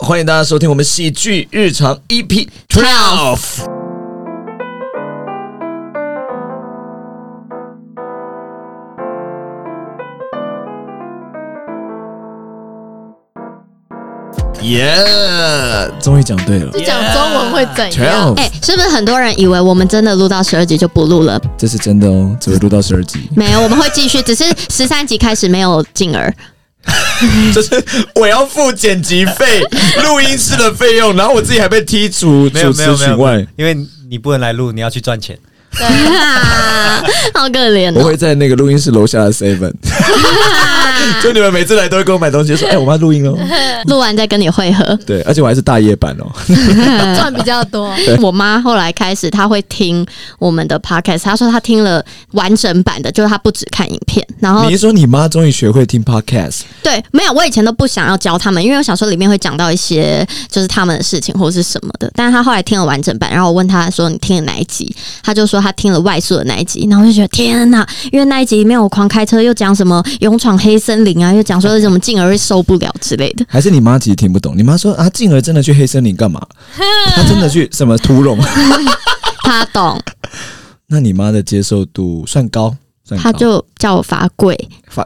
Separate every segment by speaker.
Speaker 1: 欢迎大家收听我们喜剧日常 EP Twelve。耶！终于讲对了，
Speaker 2: 就讲中文会怎样
Speaker 1: Yeah，
Speaker 3: 哎、是不是很多人以为我们真的录到十二集就不录了？
Speaker 1: 这是真的哦，只会录到十二集。
Speaker 3: 没有，我们会继续，只是十三集开始没有进而。
Speaker 1: 就是我要付剪辑费、录音室的费用，然后我自己还被剔除
Speaker 4: 没有
Speaker 1: 主
Speaker 4: 没有
Speaker 1: 持群
Speaker 4: 没有
Speaker 1: 外。
Speaker 4: 因为你不能来录，你要去赚钱。
Speaker 3: 啊好可怜
Speaker 1: 我
Speaker 3: 哦！
Speaker 1: 会在那个录音室楼下的 Seven，就你们每次来都会给我买东西，说：“哎、我们要录音哦。
Speaker 3: 录完再跟你会合”。
Speaker 1: 对，而且我还是大夜班哦。
Speaker 2: 赚比较 多。
Speaker 3: 我妈后来开始，她会听我们的 podcast，她说她听了完整版的，就是她不只看影片。然后
Speaker 1: 你是说你妈终于学会听 Podcast？
Speaker 3: 对，没有，我以前都不想要教他们，因为我想说里面会讲到一些就是他们的事情或是什么的。但是他后来听了完整版，然后我问他说你听了哪一集，他就说他听了外宿的那一集，然后我就觉得天哪，因为那一集里面我狂开车，又讲什么勇闯黑森林啊，又讲说什么进而会受不了之类的。
Speaker 1: 还是你妈其实听不懂？你妈说啊，静儿真的去黑森林干嘛？她真的去什么屠龙？
Speaker 3: 他懂，
Speaker 1: 那你妈的接受度算高？算
Speaker 3: 他
Speaker 1: 高。
Speaker 3: 就叫我罚跪，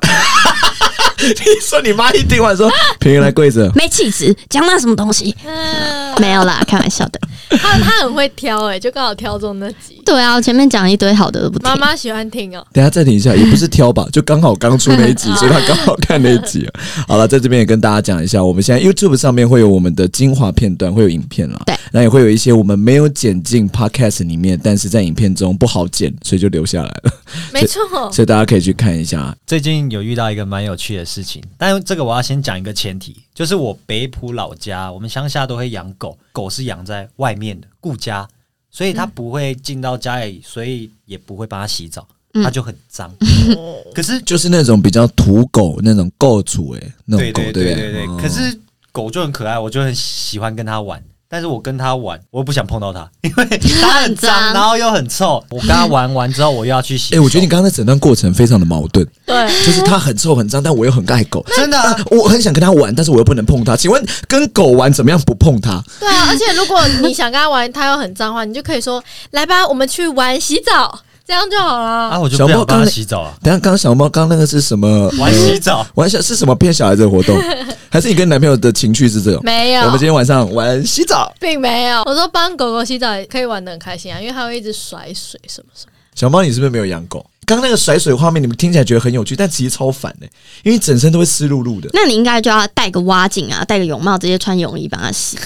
Speaker 1: 你说你妈一听完说，平原来跪着，
Speaker 3: 没气质，讲那什么东西？
Speaker 2: 嗯，
Speaker 3: 没有啦，开玩笑的。
Speaker 2: 他他很会挑哎、就刚好挑中那集。
Speaker 3: 对啊，我前面讲一堆好的都不听。
Speaker 2: 妈妈喜欢听 哦、
Speaker 1: 等一下暂停一下，也不是挑吧，就刚好刚出那一集，所以他刚好看那一集啊。好了，在这边也跟大家讲一下，我们现在 YouTube 上面会有我们的精华片段，会有影片啦，
Speaker 3: 对，
Speaker 1: 那也会有一些我们没有剪进 Podcast 里面，但是在影片中不好剪，所以就留下来了，
Speaker 2: 没错，
Speaker 1: 所以大家可以去看一下。
Speaker 4: 最近有遇到一个蛮有趣的事情，但这个我要先讲一个前提，就是我北浦老家，我们乡下都会养狗，狗是养在外面的顾家，所以它不会进到家里，所以也不会帮它洗澡，它就很脏。可是
Speaker 1: 就是那种比较土狗那种构主哎、那种
Speaker 4: 对
Speaker 1: 狗
Speaker 4: 对
Speaker 1: 不
Speaker 4: 对对对，
Speaker 1: 哦
Speaker 4: 可是狗就很可爱，我就很喜欢跟它玩。但是我跟它玩，我又不想碰到它，因为它很
Speaker 3: 脏
Speaker 4: 脏，然后又很臭。我跟它玩完之后，我又要去洗
Speaker 1: 哎、
Speaker 4: 手。
Speaker 1: 我觉得你刚刚那整段过程非常的矛盾，
Speaker 2: 对，
Speaker 1: 就是它很臭很脏，但我又很爱狗。
Speaker 4: 真的啊、
Speaker 1: 啊我很想跟它玩，但是我又不能碰它。请问跟狗玩怎么样不碰它？
Speaker 2: 对啊。而且如果你想跟他玩，他又很脏的话，你就可以说：“来吧，我们去玩洗澡，这样就好了。
Speaker 4: 啊，我就
Speaker 1: 小
Speaker 4: 不
Speaker 1: 猫
Speaker 4: 想
Speaker 1: 刚
Speaker 4: 帮它
Speaker 1: 才
Speaker 4: 洗澡啊，
Speaker 1: 等一下，刚刚小猫刚刚那个是什么？
Speaker 4: 玩 洗澡。
Speaker 1: 玩小是什么骗小孩子的活动？还是你跟男朋友的情趣是这种？
Speaker 2: 没有
Speaker 1: 我，们今天晚上玩洗澡。
Speaker 2: 并没有。我说帮狗狗洗澡也可以玩的很开心啊，因为它会一直甩水什么什么。
Speaker 1: 小猫，你是不是没有养狗？刚刚那个甩水画面，你们听起来觉得很有趣，但其实超烦的、因为整身都会湿漉漉的。
Speaker 3: 那你应该就要戴个蛙镜啊，戴个泳帽，直接穿泳衣帮它洗。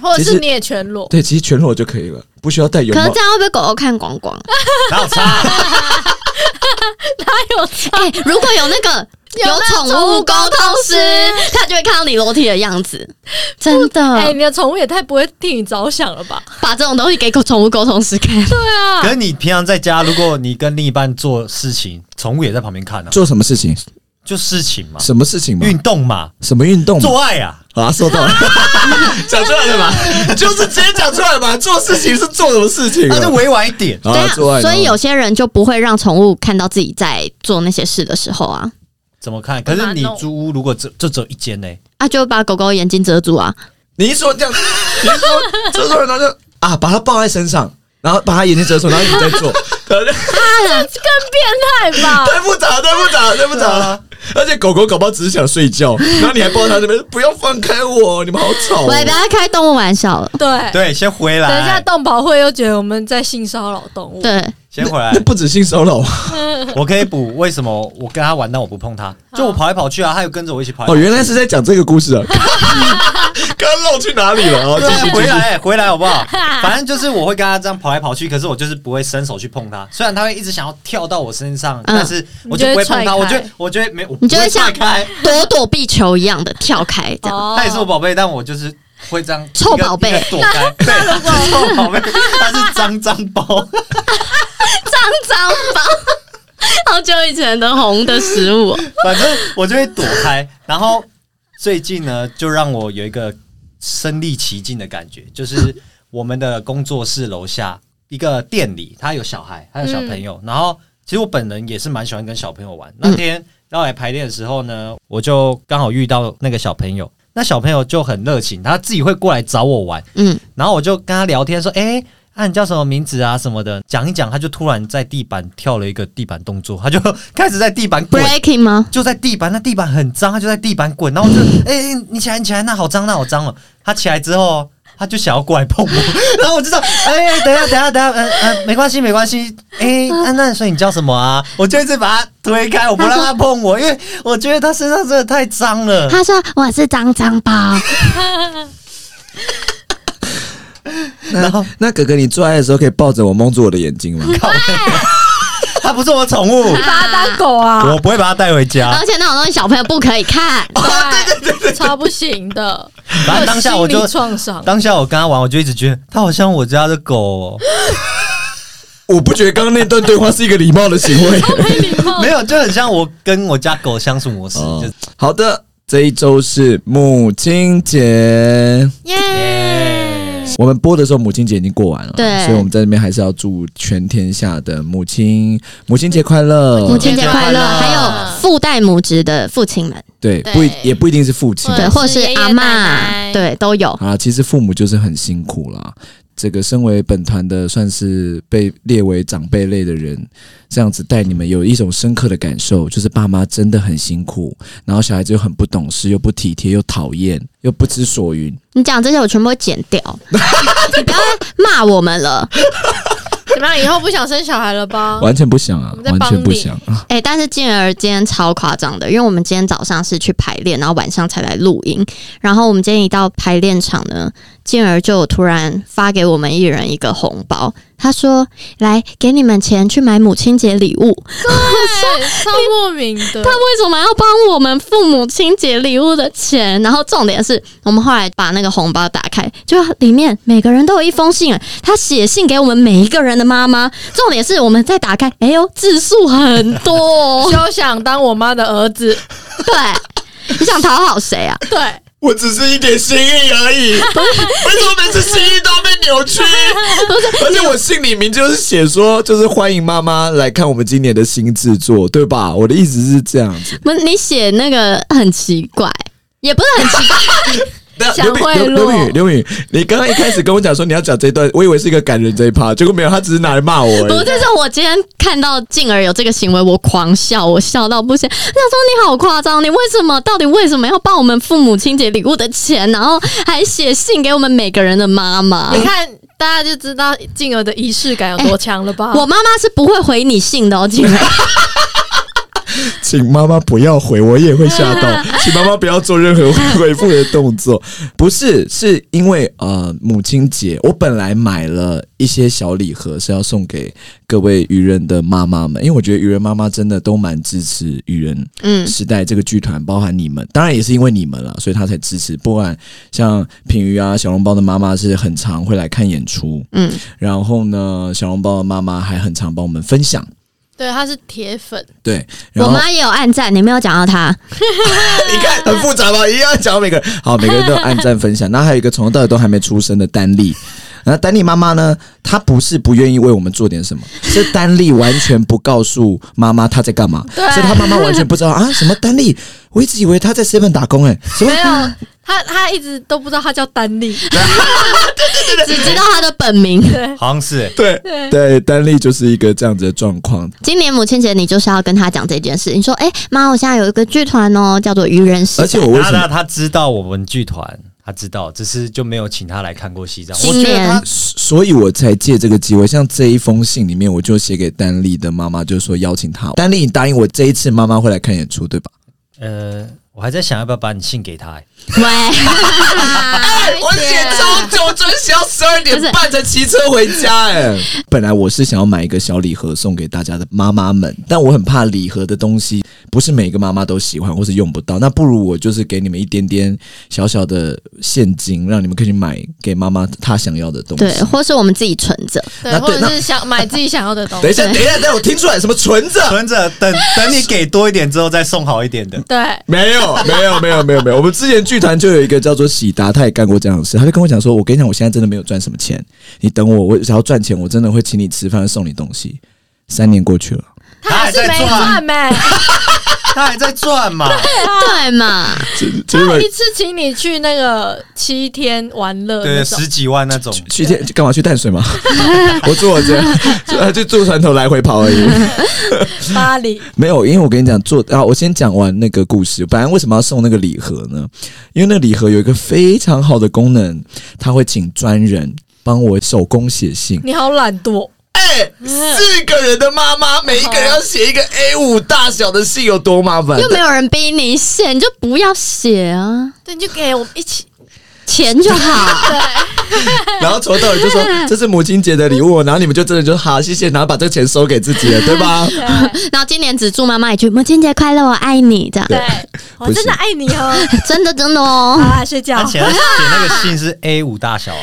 Speaker 2: 或者
Speaker 1: 其实
Speaker 2: 是你也全裸，
Speaker 1: 对，其实全裸就可以了，不需要戴泳
Speaker 3: 可是
Speaker 1: 帽
Speaker 3: 这。样会被狗狗看光光啊？
Speaker 4: 然后擦，
Speaker 2: 哪有
Speaker 3: 哎、如果有那个
Speaker 2: 有
Speaker 3: 有
Speaker 2: 那
Speaker 3: 宠
Speaker 2: 个宠
Speaker 3: 物沟
Speaker 2: 物沟
Speaker 3: 通
Speaker 2: 通
Speaker 3: 师
Speaker 2: 师，
Speaker 3: 他就会看到你裸体的样子。真的，
Speaker 1: 啊
Speaker 2: 哎、你的宠物也太不会替你着想了 吧？
Speaker 3: 把这种东西给宠物沟通师看，
Speaker 2: 对啊
Speaker 4: 可，是你平常在家，如果你跟另一半做事情，宠物也在旁边看呢、啊，
Speaker 1: 做什么事情？
Speaker 4: 就事情嘛，
Speaker 1: 什么事情吗？
Speaker 4: 运动嘛，
Speaker 1: 什么运动吗？
Speaker 4: 做爱啊，
Speaker 1: 啊，收到了， 讲出来了吧？ 就是直接讲出来吧。做事情是做什么事情
Speaker 4: 那就
Speaker 1: 啊？
Speaker 4: 委婉一点。
Speaker 3: 对
Speaker 1: 啊，
Speaker 3: 啊，
Speaker 1: 做爱。
Speaker 3: 所以有些人就不会让宠物看到自己在做那些事的时候啊，
Speaker 4: 怎么看？可是你租屋如果只就只有一间呢、
Speaker 3: 啊，就把狗狗眼睛遮住啊，
Speaker 1: 你一说这样，你一说遮住了，然后就啊，把它抱在身上，然后把它眼睛遮住，然后你在做，
Speaker 2: 更变态吧？
Speaker 1: 对不啊着，对不着，对不
Speaker 2: 啊
Speaker 4: 啊
Speaker 1: 着。而且狗狗搞不好只是想睡觉，然后你还抱它那边，不要放开我，你们好吵、
Speaker 3: 喂，不
Speaker 1: 哦。
Speaker 3: 要开动物玩笑了。
Speaker 2: 对。
Speaker 4: 对，先回来，
Speaker 2: 等一下，动保会又觉得我们在性骚扰动物。
Speaker 3: 对，
Speaker 4: 先回来
Speaker 1: 那。不止性骚扰啊
Speaker 4: 我可以补，为什么我跟他玩，但我不碰他？就我跑来跑去啊，他又跟着我一起跑来跑
Speaker 1: 哦，
Speaker 4: 去。
Speaker 1: 原来是在讲这个故事啊。刚刚漏去哪里了
Speaker 3: 哦
Speaker 1: 啊？继续
Speaker 4: 对，回来、哎回来好不好？ 反正就是我会跟他这样跑来跑去，可是我就是不会伸手去碰
Speaker 3: 嗯
Speaker 4: 他。虽然他会一直想要跳到我身上，但是我就不会碰他。我
Speaker 2: 你就
Speaker 4: 就
Speaker 2: 会踹开
Speaker 4: 我就会没，我
Speaker 3: 你就
Speaker 4: 不
Speaker 3: 会
Speaker 4: 会
Speaker 3: 像
Speaker 4: 踹开。
Speaker 3: 躲躲避球一样的跳开这样。
Speaker 2: 哦
Speaker 4: 他也是我宝贝，但我就是会这样
Speaker 3: 臭宝贝
Speaker 4: 一个一个躲 开，对，他是 臭宝贝，他是脏脏包，
Speaker 3: 脏脏 包，好久以前的红的食物哦、
Speaker 4: 反正我就会躲开。然后最近呢，就让我有一个身临其境的感觉，就是我们的工作室楼下一个店里，他有小孩，他有小朋友。然后其实我本人也是蛮喜欢跟小朋友玩。那天要来排练的时候呢，我就刚好遇到那个小朋友。那小朋友就很热情，他自己会过来找我玩，
Speaker 3: 嗯，
Speaker 4: 然后我就跟他聊天说，哎、啊，你叫什么名字啊？什么的，讲一讲，他就突然在地板跳了一个地板动作，他就 开始在地板滚，
Speaker 3: breaking 吗？
Speaker 4: 就在地板，那地板很脏，他就在地板滚，然后我就，哎、哎你起来，你起来，那好脏，那好脏哦。他起来之后，他就想要过来碰我， 然后我就说，哎、哎等一下，等一下，等一下，嗯、嗯，没关系，没关系，哎、啊那所以你叫什么啊？我就一直把他推开，我不让他碰我，因为我觉得他身上真的太脏了。
Speaker 3: 他说我是脏脏包，
Speaker 1: 啊
Speaker 4: 然后
Speaker 1: 那哥哥，你做爱的时候可以抱着我，蒙住我的眼睛吗？
Speaker 4: 他不是我宠物，
Speaker 2: 把它当狗啊，
Speaker 4: 我不会把它带回 家。
Speaker 3: 而且那种东西小朋友不可以看。
Speaker 2: 对，超不行的。
Speaker 4: 反正当下我
Speaker 2: 会有心
Speaker 4: 就
Speaker 2: 理创伤，
Speaker 4: 当下我跟他玩，我就一直觉得他好像我家的狗、哦，
Speaker 1: 我不觉得刚刚那段对话是一个礼貌的行为。
Speaker 2: 没礼貌
Speaker 4: 没。有就很像我跟我家狗相处模式，
Speaker 1: 哦
Speaker 4: 就
Speaker 1: 好的，这一周是母亲节，
Speaker 4: 耶
Speaker 2: 耶！
Speaker 1: 我们播的时候母亲节已经过完了，
Speaker 3: 对
Speaker 1: 所以我们在这边还是要祝全天下的母亲母亲节快乐。
Speaker 3: 呃母亲节快乐，
Speaker 4: 母亲节快
Speaker 3: 还
Speaker 4: 乐
Speaker 3: 有父代母职的父亲们，
Speaker 1: 对，
Speaker 2: 对
Speaker 1: 不一也不一定是父亲
Speaker 2: 或，者
Speaker 3: 对，
Speaker 2: 是
Speaker 3: 或是
Speaker 2: 爷爷
Speaker 3: 阿
Speaker 2: 奶
Speaker 3: 嬷，
Speaker 2: 奶
Speaker 3: 对，都有。
Speaker 1: 啊，其实父母就是很辛苦啦。这个身为本团的，算是被列为长辈类的人，这样子带你们有一种深刻的感受，就是爸妈真的很辛苦，然后小孩子又很不懂事，又不体贴，又讨厌，又不知所云。
Speaker 3: 你讲这些我全部会剪掉，你不要再骂我们了。
Speaker 2: 怎么样？以后不想生小孩了吧？
Speaker 1: 完全不想啊
Speaker 2: 哦我，们在
Speaker 1: 完
Speaker 2: 帮
Speaker 1: 全不
Speaker 2: 你
Speaker 1: 想啊。
Speaker 3: 哎、但是静儿今天超夸张的，因为我们今天早上是去排练，然后晚上才来录音。然后我们今天一到排练场呢，静儿就突然发给我们一人一个红包，她说：“来，给你们钱去买母亲节礼物。”
Speaker 2: 对，哎超莫名的
Speaker 3: 他。为什么要帮我们父母亲节礼物的钱？然后重点是我们后来把那个红包打开，就里面每个人都有一封信，哎他写信给我们每一个人的妈妈。重点是我们再打开，哎呦，字数很多哦、
Speaker 2: 休想当我妈的儿子。
Speaker 3: 对， 你想讨好谁啊？
Speaker 2: 对，
Speaker 1: 我只是一点心意而已，为什么每次心意都被扭曲？而且我信里明就是写说，就是欢迎妈妈来看我们今年的新制作，对吧？我的意思是这样子。
Speaker 3: 不，你写那个很奇怪，也不是很奇怪，
Speaker 1: 那
Speaker 2: 想
Speaker 1: 刘敏
Speaker 2: 贿
Speaker 1: 刘刘
Speaker 2: 赂
Speaker 1: 敏刘敏，你刚刚一开始跟我讲说你要讲这段，我以为是一个感人这一趴，结果没有，他只是拿来骂我而
Speaker 3: 不，
Speaker 1: 已。
Speaker 3: 就是我今天看到静儿有这个行为，我狂笑，我笑到不行。我想说你好夸张，你为什么到底为什么要报我们父母亲节礼物的钱，然后还写信给我们每个人的妈妈？
Speaker 2: 你看，大家就知道静儿的仪式感有多强了吧？
Speaker 3: 我妈妈是不会回你信的哦，静儿。
Speaker 1: 请妈妈不要回，我也会吓 到。请妈妈不要做任何回复的动作。不是，是因为呃母亲节，我本来买了一些小礼盒是要送给各位愚人的妈妈们，因为我觉得愚人妈妈真的都蛮支持愚人
Speaker 3: 嗯，
Speaker 1: 时代这个剧团，包含你们，当然也是因为你们了，所以他才支持。不然像品瑜啊、小笼包的妈妈是很常会来看演出，
Speaker 3: 嗯，
Speaker 1: 然后呢，小笼包的妈妈还很常帮我们分享。
Speaker 2: 对，她是铁粉，
Speaker 1: 对，然
Speaker 3: 我
Speaker 1: 后
Speaker 3: 妈也有暗赞，你没有讲到她。
Speaker 1: 你看很复杂吧？一样讲每个人，好，每个人都有按赞分 享。然后还有一个从头到尾都还没出生的丹丽，那丹丽妈妈呢？她不是不愿意为我们做点 什么，是丹丽完全不告诉妈妈她在干嘛，所
Speaker 2: 对
Speaker 1: 以她妈妈完全不知道啊什么丹丽，我一直以为她在 seven 打工哎、什么
Speaker 2: 没有她，她一直都不知道她叫丹丽。
Speaker 3: 只知道她的本名。
Speaker 2: 对，
Speaker 4: 好像是
Speaker 1: 对对，丹丽就是一个这样子的状况。
Speaker 3: 今年母亲节，你就是要跟她讲这件事。你说，哎、妈，我现在有一个剧团哦，叫做愚人时代
Speaker 1: 而且我为
Speaker 4: 他
Speaker 2: 啊
Speaker 1: 什么
Speaker 4: 他他知道我们剧团，他知道，只是就没有请他来看过戏这样。我
Speaker 3: 今
Speaker 4: 觉得
Speaker 3: 年
Speaker 4: 他
Speaker 1: 所以我才借这个机会，像这一封信里面，我就写给丹丽的妈妈，就说邀请她。丹丽，你答应我这一次妈妈会来看演出，对吧？
Speaker 4: 呃，我还在想要不要把你信给他、欸
Speaker 3: 喂，
Speaker 1: 我写超久，准写到十二点
Speaker 3: 不是
Speaker 1: 半才骑车回家、哎，本来我是想要买一个小礼盒送给大家的妈妈们，但我很怕礼盒的东西不是每个妈妈都喜欢或是用不到，那不如我就是给你们一点点小小的现金，让你们可以去买给妈妈她想要的东西。
Speaker 3: 对，或是我们自己存着。
Speaker 1: 那
Speaker 2: 对，
Speaker 1: 对
Speaker 2: 或者是想买自己想要的东
Speaker 1: 等一
Speaker 2: 西。
Speaker 1: 下，等一下，等一下，我听出来什么存着？
Speaker 4: 存着，等等你给多一点之后再送好一点的。
Speaker 2: 对，
Speaker 1: 没有，没有，没有，没有，没有。我们之前剧团就有一个叫做喜达，他也干过这样的事。他就跟我讲说：“我跟你讲，我现在真的没有赚什么钱，你等我，我只要赚钱，我真的会请你吃饭，送你东西。”三年过去了，
Speaker 2: 他还是
Speaker 4: 他还在
Speaker 2: 没
Speaker 4: 赚
Speaker 2: 赚 没。
Speaker 4: 他还在赚嘛？
Speaker 3: 对 嘛？
Speaker 1: 这这
Speaker 2: 他
Speaker 1: 本
Speaker 2: 一次请你去那个七天玩乐那
Speaker 4: 对，
Speaker 2: 种，
Speaker 4: 十几万那种，
Speaker 1: 去去干嘛去淡水吗？我住我这，呃，就坐船头来回跑而已。
Speaker 2: 巴黎
Speaker 1: 没有，因为我跟你讲，做啊，我先讲完那个故事。本来为什么要送那个礼盒呢？因为那礼盒有一个非常好的功能，它会请专人帮我手工写信。
Speaker 2: 你好懒惰，
Speaker 1: 哎、四个人的妈妈，每一个人要写一个 A 五大小的信，有多麻烦？
Speaker 3: 又没有人逼你写，你就不要写啊，
Speaker 2: 对，你就给我们一 起。
Speaker 3: 钱 就好。
Speaker 1: 然后从头到尾就说这是母亲节的礼物，哦然后你们就真的就好谢谢，然后把这个钱收给自己了，对吧？
Speaker 3: 然后今年只祝妈妈一句“母亲节快乐，我爱你”这样，
Speaker 2: 对，我真的爱你 哦！
Speaker 3: 真的真的
Speaker 2: 好
Speaker 3: 哦。
Speaker 2: 啦，睡觉
Speaker 4: 他。写的写那个信是 A 五大小啊，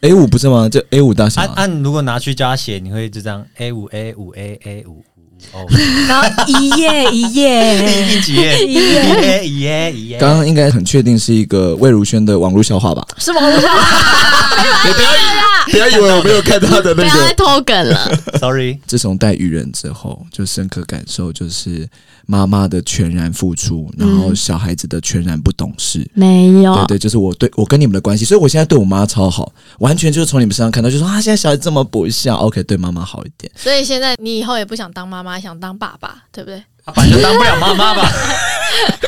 Speaker 1: A 五不是吗？就 A 五大小、
Speaker 4: 按
Speaker 1: 啊。
Speaker 4: 按如果拿去叫他写，你会就这样 A 五 A 五 A A 五五哦，
Speaker 2: 然 后一夜一夜，
Speaker 4: 一几页
Speaker 2: 一
Speaker 4: 一页一页一页，
Speaker 1: 刚刚应该很确定是一个魏如萱的网络笑话吧？
Speaker 2: 是吗？我
Speaker 1: 你不要不要以为我没有看他的
Speaker 3: 不
Speaker 1: 那
Speaker 3: 要再
Speaker 1: 个。
Speaker 3: 偷梗了，
Speaker 4: Sorry，
Speaker 1: 自从带愚人之后，就深刻感受就是妈妈的全然付出，然后小孩子的全然不懂事。
Speaker 3: 没有
Speaker 1: 对对，就是我对我跟你们的关系，所以我现在对我妈超好，完全就是从你们身上看到，就说啊，现在小孩这么不孝，OK，对妈妈好一点。
Speaker 2: 所以现在你以后也不想当妈妈，想当爸爸，对不对？
Speaker 4: 他反正当不了妈妈吧。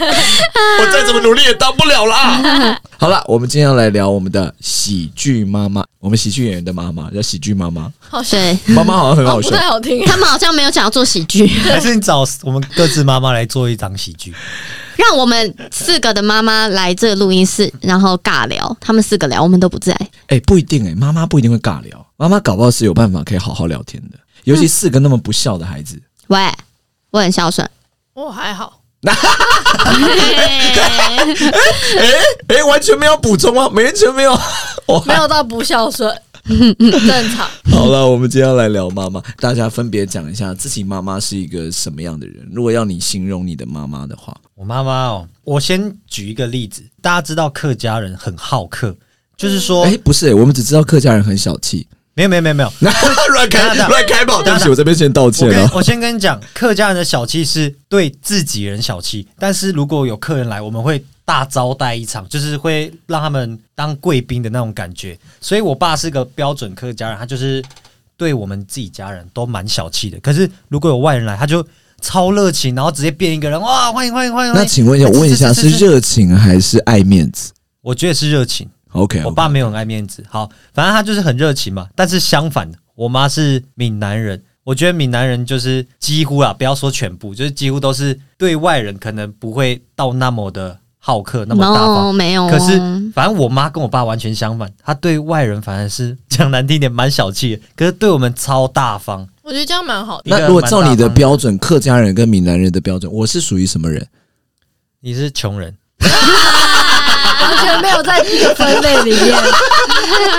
Speaker 1: 我再怎么努力也当不了啦。 好了，我们今天要来聊我们的喜剧妈妈，我们喜剧演员的妈妈叫喜剧妈妈，
Speaker 2: 好像
Speaker 3: 对。
Speaker 1: 妈妈好像很好
Speaker 2: 哦不
Speaker 1: 笑。
Speaker 2: 太好听。
Speaker 3: 他们好像没有想要做喜剧，
Speaker 4: 还是你找我们各自妈妈来做一档喜剧？
Speaker 3: 让我们四个的妈妈来这个录音室，然后尬聊。他们四个聊，我们都不在。
Speaker 1: 哎、不一定哎、妈妈不一定会尬聊，妈妈搞不好是有办法可以好好聊天的，尤其四个那么不孝的孩子。
Speaker 3: 喂，我很孝顺。
Speaker 2: 我还好，
Speaker 1: 哎哎、完全没有补充吗？完全没有。哦，
Speaker 2: 没有到不孝 顺，正常。
Speaker 1: 好了，我们今天要来聊妈妈，大家分别讲一下自己妈妈是一个什么样的人。如果要你形容你的妈妈的话，
Speaker 4: 我妈妈哦，我先举一个例子，大家知道客家人很好客，就是说、
Speaker 1: 哎、不是、我们只知道客家人很小气，
Speaker 4: 没有没有没有没有，
Speaker 1: 乱开乱开炮。对不起，我这边先道歉哦
Speaker 4: 我跟
Speaker 1: 了。
Speaker 4: 我先跟你讲，客家人的小气是对自己人小气，但是如果有客人来，我们会大招待一场，就是会让他们当贵宾的那种感觉。所以我爸是个标准客家人，他就是对我们自己家人都蛮小气的。可是如果有外人来，他就超热情，然后直接变一个人，哇，欢迎欢迎欢迎！
Speaker 1: 那
Speaker 4: 欢迎
Speaker 1: 请问一下，问一下是？
Speaker 4: 吃吃吃吃
Speaker 1: 热情还是爱面子
Speaker 4: 我觉得是热情。
Speaker 1: ？OK，
Speaker 4: 我爸没有很爱面子。好，反正他就是很热情嘛。但是相反的，我妈是闽南人，我觉得闽南人就是几乎啊，不要说全部，就是几乎都是对外人可能不会到那么的好客， 那么大 方。
Speaker 3: no，没有哦。
Speaker 4: 可是，反正我妈跟我爸完全相反，她对外人反而是讲难听点蛮小气的，可是对我们超大方。
Speaker 2: 我觉得这样蛮 好的。
Speaker 1: 那如果照你的标准，客家人跟闽南人的标准，我是属于什 么人？
Speaker 4: 你是穷人，
Speaker 2: 完全没有在一个分类里面，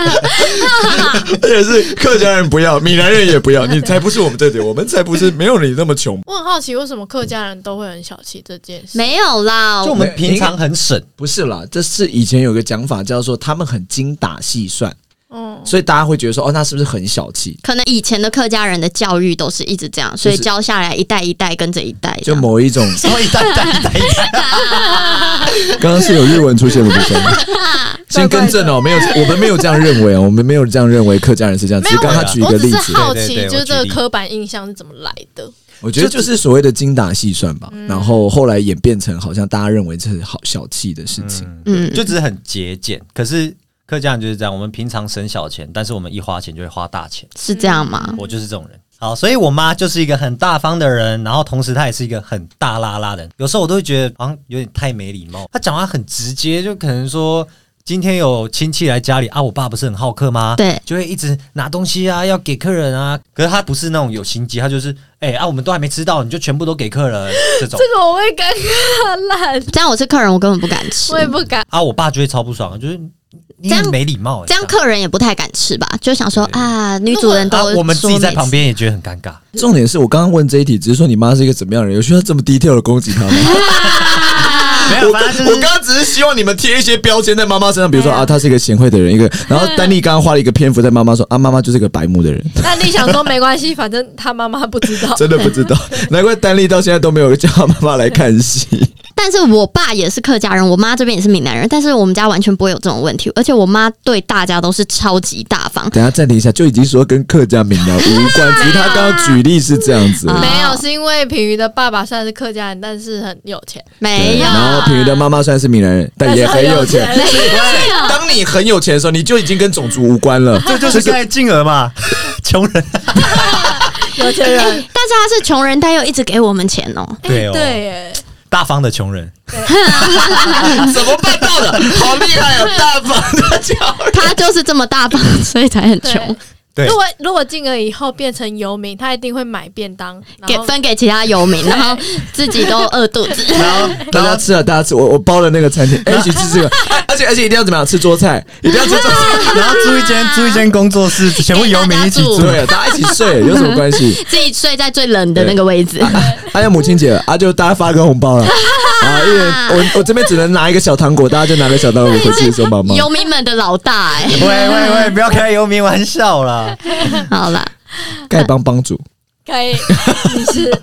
Speaker 1: 而且是客家人不要，闽南人也不 要，你才不是我们这里，我们才不是没有你那么穷。
Speaker 2: 我很好奇为什么客家人都会很小气这件事。
Speaker 3: 没有啦，
Speaker 4: 就我们平常很省，
Speaker 1: 不是啦，这是以前有个讲法叫做他们很精打细算，
Speaker 2: 嗯，
Speaker 1: 所以大家会觉得说，哦，那是不是很小气？
Speaker 3: 可能以前的客家人的教育都是一直这样，所以教下来一代一代跟着一代这
Speaker 1: 就
Speaker 3: 样。
Speaker 1: 某 一种，
Speaker 4: 所以代代代代，
Speaker 1: 刚刚是有日文出现的不是 吗？先更正哦，没有，我们没有这样认为哦，我们没有这样认为客家人是这样，只
Speaker 2: 没
Speaker 1: 是
Speaker 2: 有啊
Speaker 1: 刚刚他举一
Speaker 2: 我
Speaker 1: 个
Speaker 2: 只
Speaker 1: 例
Speaker 2: 是
Speaker 1: 子，
Speaker 2: 好
Speaker 4: 对对
Speaker 2: 奇，
Speaker 4: 对
Speaker 2: 就是这
Speaker 4: 我
Speaker 2: 个
Speaker 4: 举例
Speaker 2: 刻板印象是怎么来的？
Speaker 1: 我觉得就是所谓的精打细算吧，
Speaker 2: 嗯
Speaker 1: 然后后来演变成好像大家认为这是好小气的事情。
Speaker 3: 嗯，
Speaker 4: 就只是很节俭。可是客家人就是这样，我们平常省小钱，但是我们一花钱就会花大钱。
Speaker 3: 是这样吗？
Speaker 4: 我就是这种人。好，所以我妈就是一个很大方的人，然后同时她也是一个很大拉拉的人。有时候我都会觉得好像有点太没礼貌。她讲话很直接，就可能说今天有亲戚来家里啊，我爸不是很好客吗？
Speaker 3: 对，
Speaker 4: 就会一直拿东西啊，要给客人啊。可是她不是那种有心机，她就是哎、啊，我们都还没吃到，你就全部都给客人这种。
Speaker 2: 这个我会尴尬烂，
Speaker 3: 这样我是客人，我根本不敢吃
Speaker 2: 我。也不敢。
Speaker 4: 啊，我爸就会超不爽，就是你
Speaker 3: 这样
Speaker 4: 很没礼貌、欸。
Speaker 3: 这样客人也不太敢吃吧，就想说
Speaker 4: 对
Speaker 3: 啊，女主人
Speaker 4: 啊
Speaker 3: 都，
Speaker 4: 我们自己
Speaker 3: 说
Speaker 4: 在
Speaker 3: 没
Speaker 4: 旁边也觉得很尴尬。
Speaker 1: 重 点是我刚刚问这一题，只是说你妈是一个怎么样的人，有需要这么低调的攻击她吗？
Speaker 4: 没有，
Speaker 1: 我
Speaker 4: 反
Speaker 1: 刚
Speaker 4: 正就
Speaker 1: 我
Speaker 4: 是
Speaker 1: 刚刚只是希望你们贴一些标签在妈妈身上，比如说
Speaker 2: 对啊
Speaker 1: 啊，她是一个贤惠的人，一个。然后丹妮刚刚花了一个篇幅在妈妈说啊，妈妈就是个白目的人，
Speaker 2: 那你想说没关系，反正他妈妈不知道。
Speaker 1: 真的不 知道，难怪丹妮到现在都没有叫她妈妈来看戏。
Speaker 3: 但是我爸也是客家人，我妈这边也是闽南人，但是我们家完全不会有这种问题，而且我妈对大家都是超级大方。
Speaker 1: 等一下暂停一下，就已经说跟客家闽南无关，只是她刚刚举例是这样子。
Speaker 3: 啊
Speaker 2: 没有，是因为品瑜的爸爸虽然是客家人，但是很有钱。
Speaker 1: 对
Speaker 3: 没有，
Speaker 1: 然后品瑜的妈妈虽然是闽南人，但也很有钱。
Speaker 2: 但是很有钱
Speaker 1: 当你很有钱的时候，你就已经跟种族无关了。
Speaker 4: 这就是在静儿嘛，穷人
Speaker 2: 有钱
Speaker 3: 哎
Speaker 2: 人。
Speaker 3: 但是他是穷人，他又一直给我们钱哦。
Speaker 1: 哎
Speaker 4: 对哦
Speaker 2: 对耶，
Speaker 4: 大方的穷人，
Speaker 1: 怎么办到的？好厉害哦，大方的家伙！
Speaker 3: 他就是这么大 方，所以才很穷，
Speaker 4: 对
Speaker 2: 如果如果进而以后变成游民，他一定会买便当，然
Speaker 3: 给
Speaker 2: 后
Speaker 3: 分给其他游民，然后自己都饿肚子。
Speaker 4: 然后
Speaker 1: 大家吃了，啊大家吃，我我包了那个餐厅，哎一起吃这 个，而且而且一定要怎么样？吃桌菜，一定要吃 桌菜。
Speaker 4: 然后租一间租一间工作室，全部游民一起住，
Speaker 1: 对，啊哎大家一起睡有什么关系？
Speaker 3: 自己睡在最冷的那个位置，
Speaker 1: 哎呀，母亲节了啊，就大家发个红 包了啊！一人，我我这边只能拿一个小糖果，大家就拿个小糖果回去送 妈妈。
Speaker 3: 游民们的老大哎、
Speaker 4: 喂喂喂，不要开游民玩笑 啦！
Speaker 3: 好啦，
Speaker 1: 丐帮帮主，
Speaker 2: 可以，你是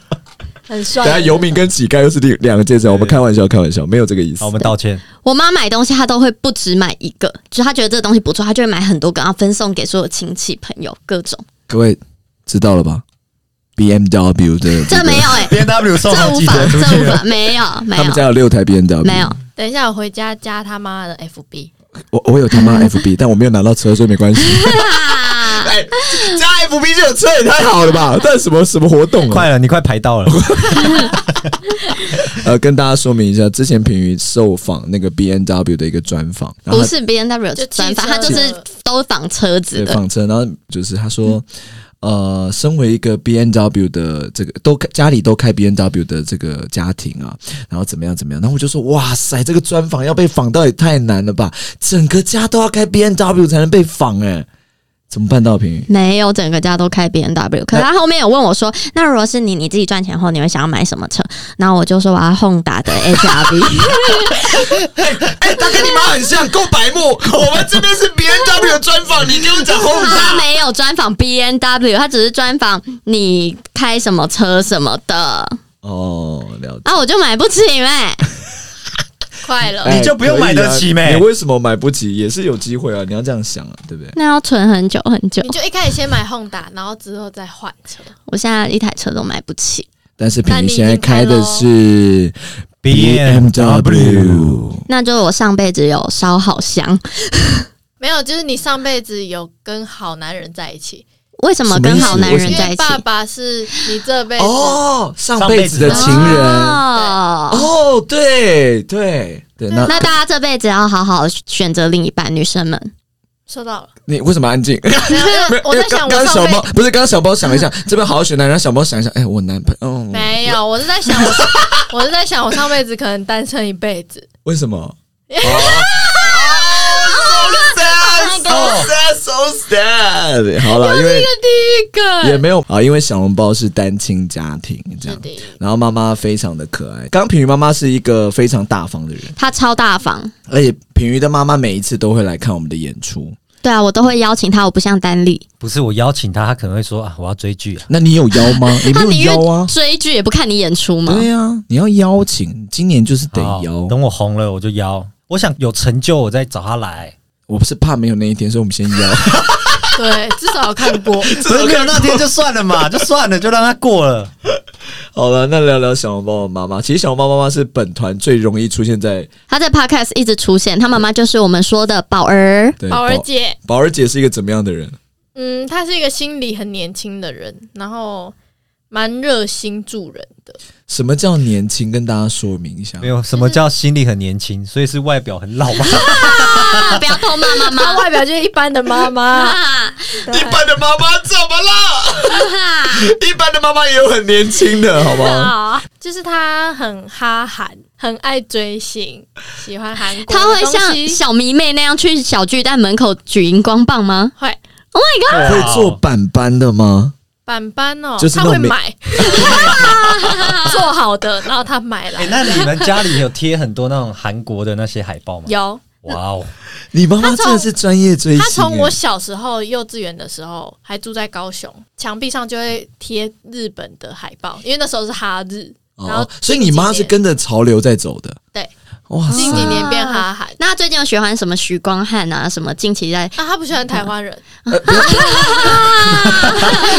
Speaker 2: 很帅
Speaker 1: 等一下
Speaker 2: 的。
Speaker 1: 游民跟乞丐又是另两个件事，我们开玩笑，开玩笑，没有这个意思
Speaker 3: 嗯
Speaker 4: 好，我。们 道歉。
Speaker 3: 我妈买东西，她都会不只买一个，就她觉得这个东西不错，她就会买很多个，然后分送给所有亲戚朋友各种。
Speaker 1: 各位知道了吧？BMW 的
Speaker 3: 这没有哎、
Speaker 4: B N W 送
Speaker 3: 这
Speaker 4: 好
Speaker 3: 无
Speaker 4: 几
Speaker 3: 法，
Speaker 4: 折出
Speaker 3: 这
Speaker 4: 去
Speaker 3: 无法
Speaker 4: 了，，
Speaker 3: 没有，没
Speaker 1: 他们
Speaker 3: 有，
Speaker 1: 家有六台 BMW，
Speaker 3: 没有。。
Speaker 2: 等一下，我回家加他妈的 FB，
Speaker 1: 我我有他 妈 FB，但我没有拿到车，所以没关系。
Speaker 3: 啊
Speaker 1: 哎，加 FB 就有车也太好了吧？这是什么什么活动啊？
Speaker 4: 快了，你快排到了。
Speaker 1: 呃，跟大家说明一下，之前平宇受访那个 B N W 的一个专访，然后
Speaker 3: 不
Speaker 1: 他
Speaker 3: 是 B N W
Speaker 2: 就
Speaker 3: 专访，
Speaker 2: 汽
Speaker 3: 它
Speaker 2: 车
Speaker 3: 就是
Speaker 2: 的
Speaker 3: 都仿车子
Speaker 1: 对
Speaker 3: 的。
Speaker 1: 访车，然后就是他说，呃，身为一个 B N W 的这个都开家里都开 B N W 的这个家庭啊，然后怎么样怎么样，然后我就说，哇塞，这个专访要被访到也太难了吧？整个家都要开 B N W 才能被访哎、怎么办到平宇？
Speaker 3: 没有，整个家都开 B N W。可是他后面有问我说：“那如果是你，你自己赚钱后，你会想要买什么车？”然后我就说：“我要 Honda 的 H R V。
Speaker 1: 哎、他跟你妈很像，够白目。我们这边是 B N W 专访，你给我讲”轰
Speaker 3: 他没有专访 B N W，他只是专访你开什么车什么的。
Speaker 1: 哦，了解。
Speaker 3: 啊，我就买不起呗。
Speaker 2: 快了。
Speaker 1: 哎
Speaker 4: 你就不用买得起
Speaker 1: 可以啊
Speaker 4: 呗
Speaker 1: 你为什么买不起？也是有机会啊，你要这样想啊，对不对？
Speaker 3: 那要存很久很久
Speaker 2: 你。就一开始先买 Honda，然后之后再换车。
Speaker 3: 我现在一台车都买不起。
Speaker 1: 但是
Speaker 2: 那
Speaker 1: 平
Speaker 2: 你
Speaker 1: 宇
Speaker 2: 已经哦
Speaker 1: 现在开的是 BMW，
Speaker 3: 那就是我上辈子有烧好香。
Speaker 2: 没有，就是你上辈子有跟好男人在一起，
Speaker 3: 为什么跟好男人
Speaker 2: 因
Speaker 3: 在
Speaker 2: 为
Speaker 3: 一起？
Speaker 2: 爸爸是你这辈子。
Speaker 1: 哦，上辈子的情人。
Speaker 3: 哦。
Speaker 1: 哦，对对对，那
Speaker 3: 那大家这辈子要好好选择另一半，女生们。
Speaker 2: 收到了，
Speaker 1: 你为什么安静？
Speaker 2: 没有，没有我
Speaker 1: 因为
Speaker 2: 在想
Speaker 1: 刚刚
Speaker 2: 我上
Speaker 1: 小
Speaker 2: 辈
Speaker 1: 猫不是刚刚小猫想了一下，这边好好选男人，让小猫想一下，哎，我男朋友嗯
Speaker 2: 没有，我是在想我，我是在想我上辈子可能单身一辈子。
Speaker 1: 为什么？
Speaker 4: 哦
Speaker 1: so sad。好了，因为
Speaker 2: 第一
Speaker 1: 也
Speaker 2: 个，
Speaker 1: 没有啊，因为小笼包是单亲家庭这样
Speaker 2: 是，的，
Speaker 1: 然后妈妈非常的可爱。刚刚品瑜妈妈是一个非常大方的人，
Speaker 3: 她超大方。
Speaker 1: 而且品瑜的妈妈每一次都会来看我们的演出。
Speaker 3: 对啊，我都会邀请她，我不像丹丽，
Speaker 4: 不是我邀请他，他可能会说啊，我要追剧啊。
Speaker 1: 那你有邀吗？你
Speaker 3: 她
Speaker 1: 没
Speaker 3: 宁
Speaker 1: 有邀 啊
Speaker 3: 愿？追剧也不看你演出嘛。
Speaker 1: 对啊，你要邀请，今年就是得
Speaker 4: 好
Speaker 1: 邀。
Speaker 4: 等我红了我就邀。我想有成就，我再找他来。
Speaker 1: 我不是怕没有那一天，所以我们先邀。
Speaker 2: 对，至少有看过。
Speaker 4: 不是没有那天就算了嘛，就算了，就让他过了。
Speaker 1: 好了，那聊聊小笼包的妈妈。其实小笼包妈妈是本团最容易出现在
Speaker 3: 她在 podcast 一直出现，她妈妈就是我们说的宝儿。
Speaker 1: 对
Speaker 2: 宝儿。姐，
Speaker 1: 宝儿姐是一个怎么样的人？
Speaker 2: 嗯，她是一个心理很年轻的人，然后蛮热心助人的。
Speaker 1: 什么叫年轻？跟大家说明一下
Speaker 4: 没。有什么叫心里很年轻，所以是外表很 老嘛。
Speaker 3: 啊，不要偷骂妈
Speaker 2: 她
Speaker 3: 妈。
Speaker 2: 外表就是一般的妈 妈，
Speaker 3: 啊
Speaker 1: 一般的妈妈怎么了？ 一般的妈妈也有很年轻的，好不好？
Speaker 2: 就是啊她很哈韩，很爱追星，喜欢韩国的
Speaker 3: 她
Speaker 2: 东
Speaker 3: 会
Speaker 2: 西。
Speaker 3: 像小迷妹那样去小巨蛋门口举荧光棒吗
Speaker 2: 会
Speaker 3: ？Oh my god！
Speaker 1: 会做板板的吗？
Speaker 2: 板板哦，
Speaker 1: 就是那
Speaker 2: 他
Speaker 1: 种
Speaker 2: 会
Speaker 1: 没
Speaker 2: 买做好的，然后他买来
Speaker 4: 哎、那你们家里有贴很多那种韩国的那些海报 吗？
Speaker 2: 有。
Speaker 4: 哇哦，
Speaker 1: 你妈妈
Speaker 2: 她从
Speaker 1: 真的是专业追星、欸，
Speaker 2: 他从我小时候幼稚园的时候还住在高雄，墙壁上就会贴日本的海报，因为那时候是哈日，然后
Speaker 1: 哦，所以你妈是跟着潮流在走的。
Speaker 2: 对，
Speaker 1: 哇
Speaker 2: 近
Speaker 1: 塞，
Speaker 2: 几年变哈韩。
Speaker 3: 那最近有喜欢什么许光汉啊，什么近期在
Speaker 2: 啊，他不喜
Speaker 1: 嗯
Speaker 2: 欢台湾人，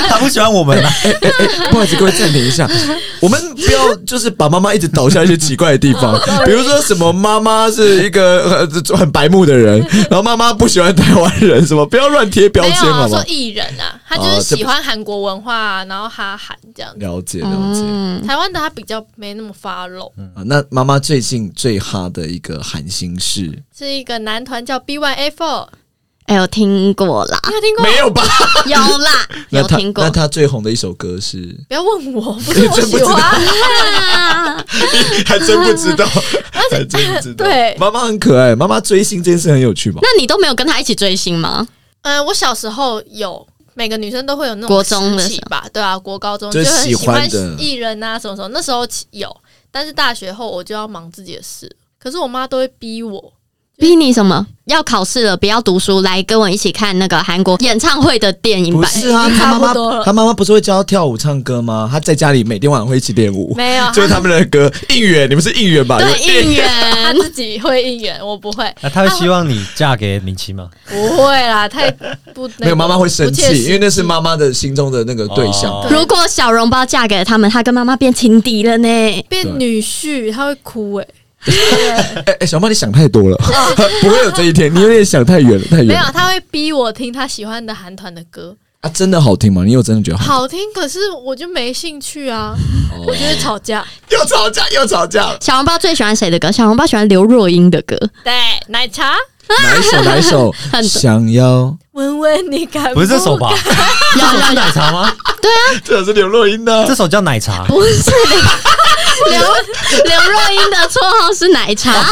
Speaker 4: 他不喜欢我们 啊！
Speaker 1: 哎哎， 不好意思，各位暂停一下，我们不要就是把妈妈一直导向一些奇怪的地 方，
Speaker 2: 哦
Speaker 1: 比如说什么妈妈是一个呃很白目的人，然后妈妈不喜欢台湾人，什么不要乱贴标
Speaker 2: 没
Speaker 1: 签，
Speaker 2: 有啊，
Speaker 1: 好不
Speaker 2: 说
Speaker 1: 好？
Speaker 2: 艺人啊，他就
Speaker 1: 哦
Speaker 2: 是
Speaker 1: 这不
Speaker 2: 喜欢韩国文化啊、然后哈韩这样子。
Speaker 1: 了解了解、
Speaker 2: 台湾的他比较没那么发肉，
Speaker 1: 啊，那妈妈最近最哈的一个韩星是
Speaker 2: 是一个男团叫 BYF，
Speaker 3: 哎有听过啦，
Speaker 2: 你有听过？
Speaker 1: 啊没有吧？
Speaker 3: 有啦，
Speaker 1: 那
Speaker 3: 有
Speaker 1: 他
Speaker 3: 听过
Speaker 1: 那。他最红的一首歌 是，
Speaker 2: 不要问我，不是我
Speaker 1: 真不
Speaker 2: 喜
Speaker 1: 知道
Speaker 2: 欢。
Speaker 1: 还真不 知道，还真不知道。
Speaker 2: 对
Speaker 1: 妈妈很可爱，妈妈追星这件事很有趣吧？
Speaker 3: 那你都没有跟他一起追星吗？
Speaker 2: 嗯，我小时候有，每个女生都会有那种
Speaker 3: 国中的
Speaker 2: 时期
Speaker 3: 时候
Speaker 2: 吧，对啊，国高中
Speaker 1: 就是
Speaker 2: 很
Speaker 1: 喜
Speaker 2: 喜
Speaker 1: 欢
Speaker 2: 欢
Speaker 1: 的
Speaker 2: 艺人啊，什么什么，那时候有，但是大学后我就要忙自己的事，可是我妈都会逼我，
Speaker 3: 逼你什么？要考试了，不要读书，来跟我一起看那个韩国演唱会的电影
Speaker 1: 不
Speaker 3: 版。
Speaker 1: 是 啊，他
Speaker 2: 差
Speaker 1: 妈
Speaker 2: 不多
Speaker 1: 妈
Speaker 2: 了
Speaker 1: 他妈妈不是会教她跳舞唱歌吗？她在家里每天晚上会一起练舞，
Speaker 2: 没有，
Speaker 1: 就是他们的歌。应援，你们是应援吧？
Speaker 3: 对，应
Speaker 2: 她
Speaker 1: 嗯
Speaker 3: 援。
Speaker 2: 自己会应援，我不会，
Speaker 4: 那他会希望你嫁给明星 吗？
Speaker 2: 不会 啦，太不
Speaker 1: 没有妈妈会生气，因为那是
Speaker 2: 妈。
Speaker 1: 妈妈的心中的那个对象。
Speaker 4: 哦
Speaker 2: 对
Speaker 3: 如果小笼包嫁给了他们，他跟妈妈变情敌了呢。
Speaker 1: 对
Speaker 2: 变女婿，她会哭 哎、
Speaker 1: 哎哎，小猫，你想太 多了，
Speaker 2: 哦
Speaker 1: 不会有这一天，你有点想太远了，太
Speaker 2: 没
Speaker 1: 远
Speaker 2: 有，
Speaker 1: 了
Speaker 2: 她会逼我听她喜欢的韩团的歌，
Speaker 1: 啊！真的好听吗？你有真的觉得好？
Speaker 2: 好听，可是我就没兴趣啊，我就会吵架。
Speaker 1: 又吵架，又吵架了。
Speaker 3: 小笼包最喜欢谁的歌？小笼包喜欢刘若英的歌。
Speaker 2: 对，奶茶，
Speaker 1: 哪一首？哪一首？
Speaker 3: 很多
Speaker 1: 想要，
Speaker 2: 问问你敢
Speaker 4: 不是这 首吧？这首是奶茶 吗？
Speaker 1: 这是刘若英
Speaker 4: 这
Speaker 1: 的。
Speaker 4: 首叫奶茶。
Speaker 3: 不是 刘刘若英的绰号是奶 茶，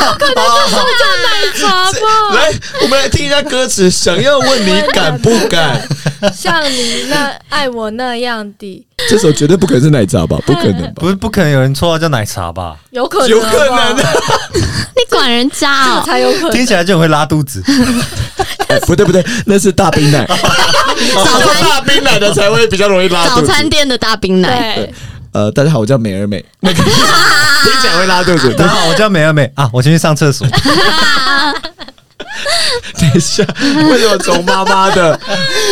Speaker 2: 奶茶 吧，
Speaker 1: 来，我们来听一下歌词。想要问你敢不 敢？
Speaker 2: 像你那爱我那样的，
Speaker 1: 这首绝对不可能是奶茶吧？不可能吧？
Speaker 4: 不是不可能有人绰号叫奶茶吧？
Speaker 2: 有可能，
Speaker 1: 有
Speaker 2: 啊
Speaker 1: 可能，啊
Speaker 3: 你管人家
Speaker 2: 这
Speaker 3: 哦？
Speaker 2: 才有可能。
Speaker 4: 听起来就很会拉肚 子。
Speaker 1: 哎不对不对，那是大冰 奶，早餐大冰奶的才会比较容易拉
Speaker 3: 早
Speaker 1: 肚子。
Speaker 3: 餐店的大冰奶，
Speaker 2: 对，
Speaker 1: 呃，大家好，我叫美而 美，那个听起来会拉肚 子。
Speaker 4: 大家好，我叫美而美啊，我先去上厕 所。
Speaker 1: 等一下，为什么从妈妈 的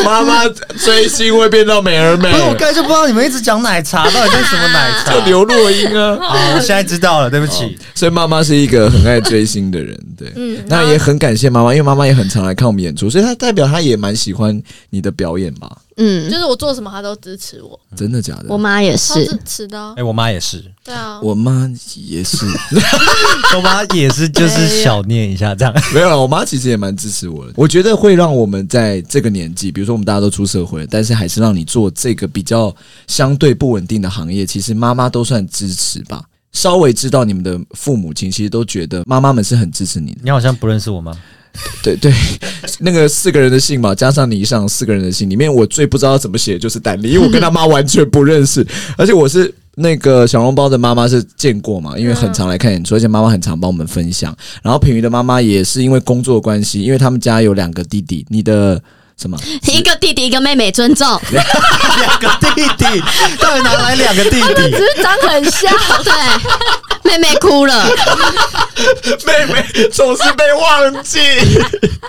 Speaker 1: 妈妈追星会变到美而美
Speaker 4: 不？是，我刚才就不知道你们一直讲奶茶，到底在什么奶茶？
Speaker 1: 就刘若英啊。
Speaker 4: 啊，我现在知道了，对不 起。
Speaker 1: 所以妈妈是一个很爱追星的 人，对，
Speaker 2: 嗯
Speaker 1: 那也很感谢妈妈，因为妈妈也很常来看我们演出，所以她代表她也蛮喜欢你的表演吧？
Speaker 3: 嗯，
Speaker 2: 就是我做什么她都支持我，
Speaker 1: 真的假的？
Speaker 3: 我妈也
Speaker 2: 超
Speaker 3: 是
Speaker 2: 支。持的啊
Speaker 4: 哎、。我妈也是，
Speaker 2: 对啊，
Speaker 1: 我妈也是，
Speaker 4: 我妈也是，就是小念一下这样。
Speaker 1: 没有啦，我妈其实也蛮支持我的。我觉得会让我们在这个年纪，比如说我们大家都出社会了，但是还是让你做这个比较相对不稳定的行业，其实妈妈都算支持吧。稍微知道你们的父母亲，其实都觉得妈妈们是很支持你的。
Speaker 4: 你好像不认识我吗？
Speaker 1: 对对， 那个四个人的信嘛，加上你以上四个人的信，里面我最不知道怎么写的就是丹妮，因为我跟他妈完全不认识，而且我是那个小笼包的妈妈是见过嘛，因为很常来看演出，而且妈妈很常帮我们分享。然后品瑜的妈妈也是因为工作关系，因为他们家有两个弟弟，你的什么？
Speaker 3: 一个弟弟，一个妹妹，尊重。
Speaker 4: 两个弟弟，到底哪来两个弟弟？
Speaker 2: 只是长得很像，
Speaker 3: 对，妹妹哭了。
Speaker 1: 妹妹总是被忘记。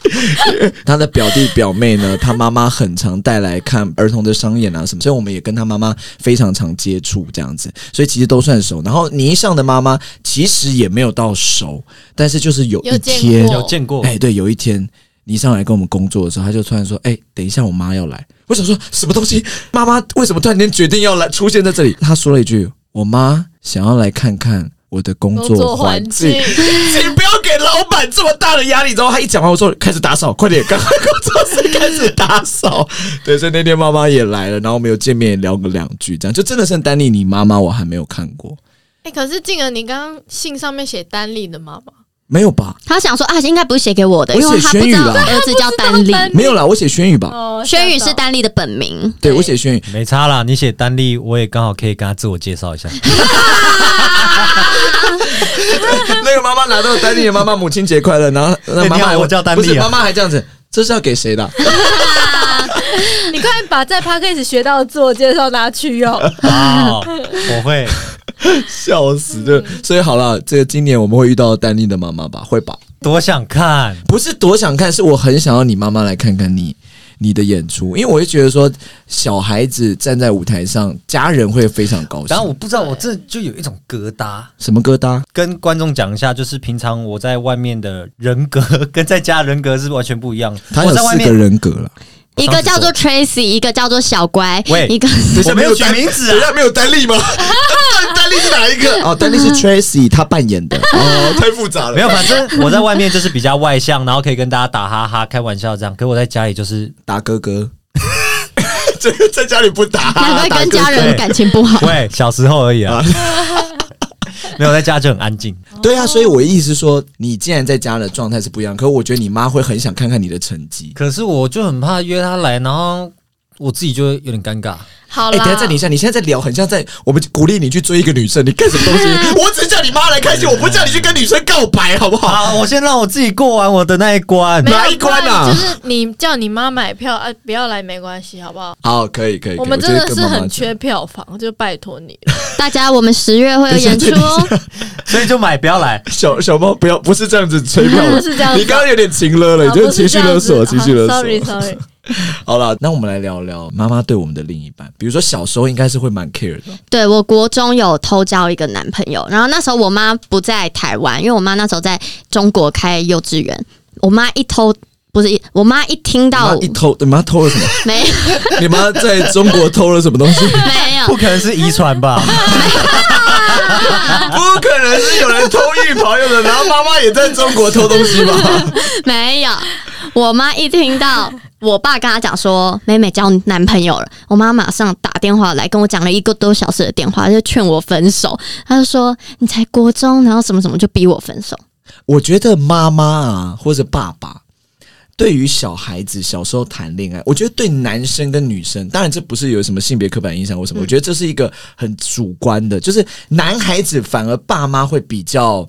Speaker 1: 他的表弟表妹呢，他妈妈很常带来看儿童的商演啊什么，所以我们也跟他妈妈非常常接触这样子，所以其实都算熟。然后倪尚的妈妈其实也没有到熟，但是就是有一
Speaker 2: 有见
Speaker 1: 天，
Speaker 2: 过
Speaker 4: 有见过？
Speaker 1: 哎、对，有一天倪尚来跟我们工作的时候，他就突然说：“哎、等一下，我妈要来。”我想说什么东西？妈妈为什么突然间决定要来出现在这里？他说了一句：“我妈想要来看看我的工
Speaker 2: 工
Speaker 1: 作
Speaker 2: 作
Speaker 1: 环
Speaker 2: 环
Speaker 1: 境。”
Speaker 2: 境。
Speaker 1: 请不要给老板这么大的压力。然后他一讲完，我说开始打扫，快点，赶快工作室开始打 扫。对，所以那天妈妈也来了，然后我们有见面聊个两句，这样就真的剩丹妮你妈妈我还没有看过。
Speaker 2: 哎，可是静儿，你刚刚信上面写丹丽的妈妈，
Speaker 1: 没有吧？
Speaker 3: 他想说啊，应该不是写给我的，
Speaker 1: 我
Speaker 3: 因为
Speaker 1: 写
Speaker 3: 他不知
Speaker 1: 轩宇
Speaker 3: 道
Speaker 1: 啦
Speaker 3: 儿子叫丹立，
Speaker 4: 嗯
Speaker 1: 没有啦，我写轩宇吧。
Speaker 2: 哦，
Speaker 3: 轩宇
Speaker 2: 吓到
Speaker 3: 是丹立的本名。
Speaker 1: 对
Speaker 2: 对
Speaker 1: 我写 轩宇，
Speaker 4: 没差啦，你写单立，我也刚好可以跟他自我介绍一下。
Speaker 1: 那个妈妈拿到丹尼的妈妈母亲节快乐，然后那
Speaker 4: 哎
Speaker 1: 妈
Speaker 4: 你
Speaker 1: 妈
Speaker 4: 好
Speaker 1: 还
Speaker 4: 我叫丹
Speaker 1: 不是
Speaker 4: 妮啊
Speaker 1: 妈妈还这样子，这是要给 谁的啊？
Speaker 2: 你快点把在 p a c k a g e 学到的自我介绍拿 去用。
Speaker 4: 哇，我会，
Speaker 1: 笑死！对，所以好了，这个今年我们会遇到丹妮的妈妈吧？会吧？
Speaker 4: 多想看。
Speaker 1: 不是多想看，是我很想要你妈妈来看看你你的演出，因为我会觉得说，小孩子站在舞台上，家人会非常高兴。
Speaker 4: 然后我不知道，我这就有一种疙瘩。
Speaker 1: 什么疙瘩？
Speaker 4: 跟观众讲一下，就是平常我在外面的人格跟在家人格是完全不一样。
Speaker 1: 他
Speaker 4: 我
Speaker 1: 有
Speaker 4: 在外
Speaker 1: 四个
Speaker 4: 面，
Speaker 1: 人格了，
Speaker 3: 一个叫做 Tracy，一个叫做小乖，
Speaker 4: 喂
Speaker 3: 一个
Speaker 4: 我没有取名字啊。
Speaker 1: 下没有丹 丽吗？丹丽是哪一 个？哦，丹丽是 Tracy，她扮演的。 哦，太复杂
Speaker 4: 没。有，反正我在外面就是比较外向，然后可以跟大家打哈哈、开玩笑这样。可我在家里就是
Speaker 1: 打哥哥，这个 在家里不 打
Speaker 3: 难怪跟家人感情不 好。
Speaker 4: 喂，小时候而已啊。 没有在家就很安静，
Speaker 1: 对啊，所以我的意思是说，你既然在家的状态是不一样，可我觉得你妈会很想看看你的成绩。
Speaker 4: 可是我就很怕约他来，然后我自己就有点尴尬。
Speaker 2: 好
Speaker 1: 哎、
Speaker 2: 啦，
Speaker 1: 等一下暂停一下，你现在在聊，很像在我们鼓励你去追一个女生，你干什么东西？我只是叫你妈来开心，我不叫你去跟女生告白，好不好？
Speaker 4: 好，我先让我自己过完我的那一关
Speaker 2: 没。有
Speaker 1: 哪一关啊
Speaker 2: 不然就是你叫你妈买票，啊，不要来没关系，好不好？
Speaker 1: 好，可以，可以。可以
Speaker 2: 我们真的
Speaker 1: 觉
Speaker 2: 是很。
Speaker 1: 得跟妈妈讲
Speaker 2: 缺票房，就拜托你 了。
Speaker 3: 大家，我们十月会有演出
Speaker 1: 等一下
Speaker 3: 哦，
Speaker 4: 所以就买，不要来。
Speaker 1: 小小猫，不要， 不是这样子吹票
Speaker 2: 不
Speaker 1: 的，
Speaker 2: 是这样子
Speaker 1: 你刚刚有点情勒了，你就是情绪勒索，情绪勒索。
Speaker 2: Sorry Sorry，
Speaker 1: 好了，那我们来聊聊妈妈对我们的另一半，比如说小时候应该是会蛮 care 的，
Speaker 3: 对我国中有偷交一个男朋友，然后那时候我妈不在台湾，因为我妈那时候在中国开幼稚园。我妈一偷，不是一我妈一听
Speaker 1: 你妈
Speaker 3: 到
Speaker 1: 一偷，你妈偷了什么？
Speaker 3: 没 有
Speaker 1: 你妈在中国偷了什么东 西？
Speaker 3: 没有
Speaker 4: 不，可能是遗传吧？
Speaker 1: 不可能是有人偷玉朋友的，然后妈妈也在中国偷东西吧？
Speaker 3: 没有，我妈一听到我爸跟她讲说妹妹交男朋友了，我妈马上打电话来跟我讲了一个多小时的电话，就劝我分手。她就说你才国中，然后什么什么就逼我分手。
Speaker 1: 我觉得妈妈啊，或者爸爸，对于小孩子小时候谈恋爱，我觉得对男生跟女生，当然这不是有什么性别刻板印象或什么，我觉得这是一个很主观的，就是男孩子反而爸妈会比较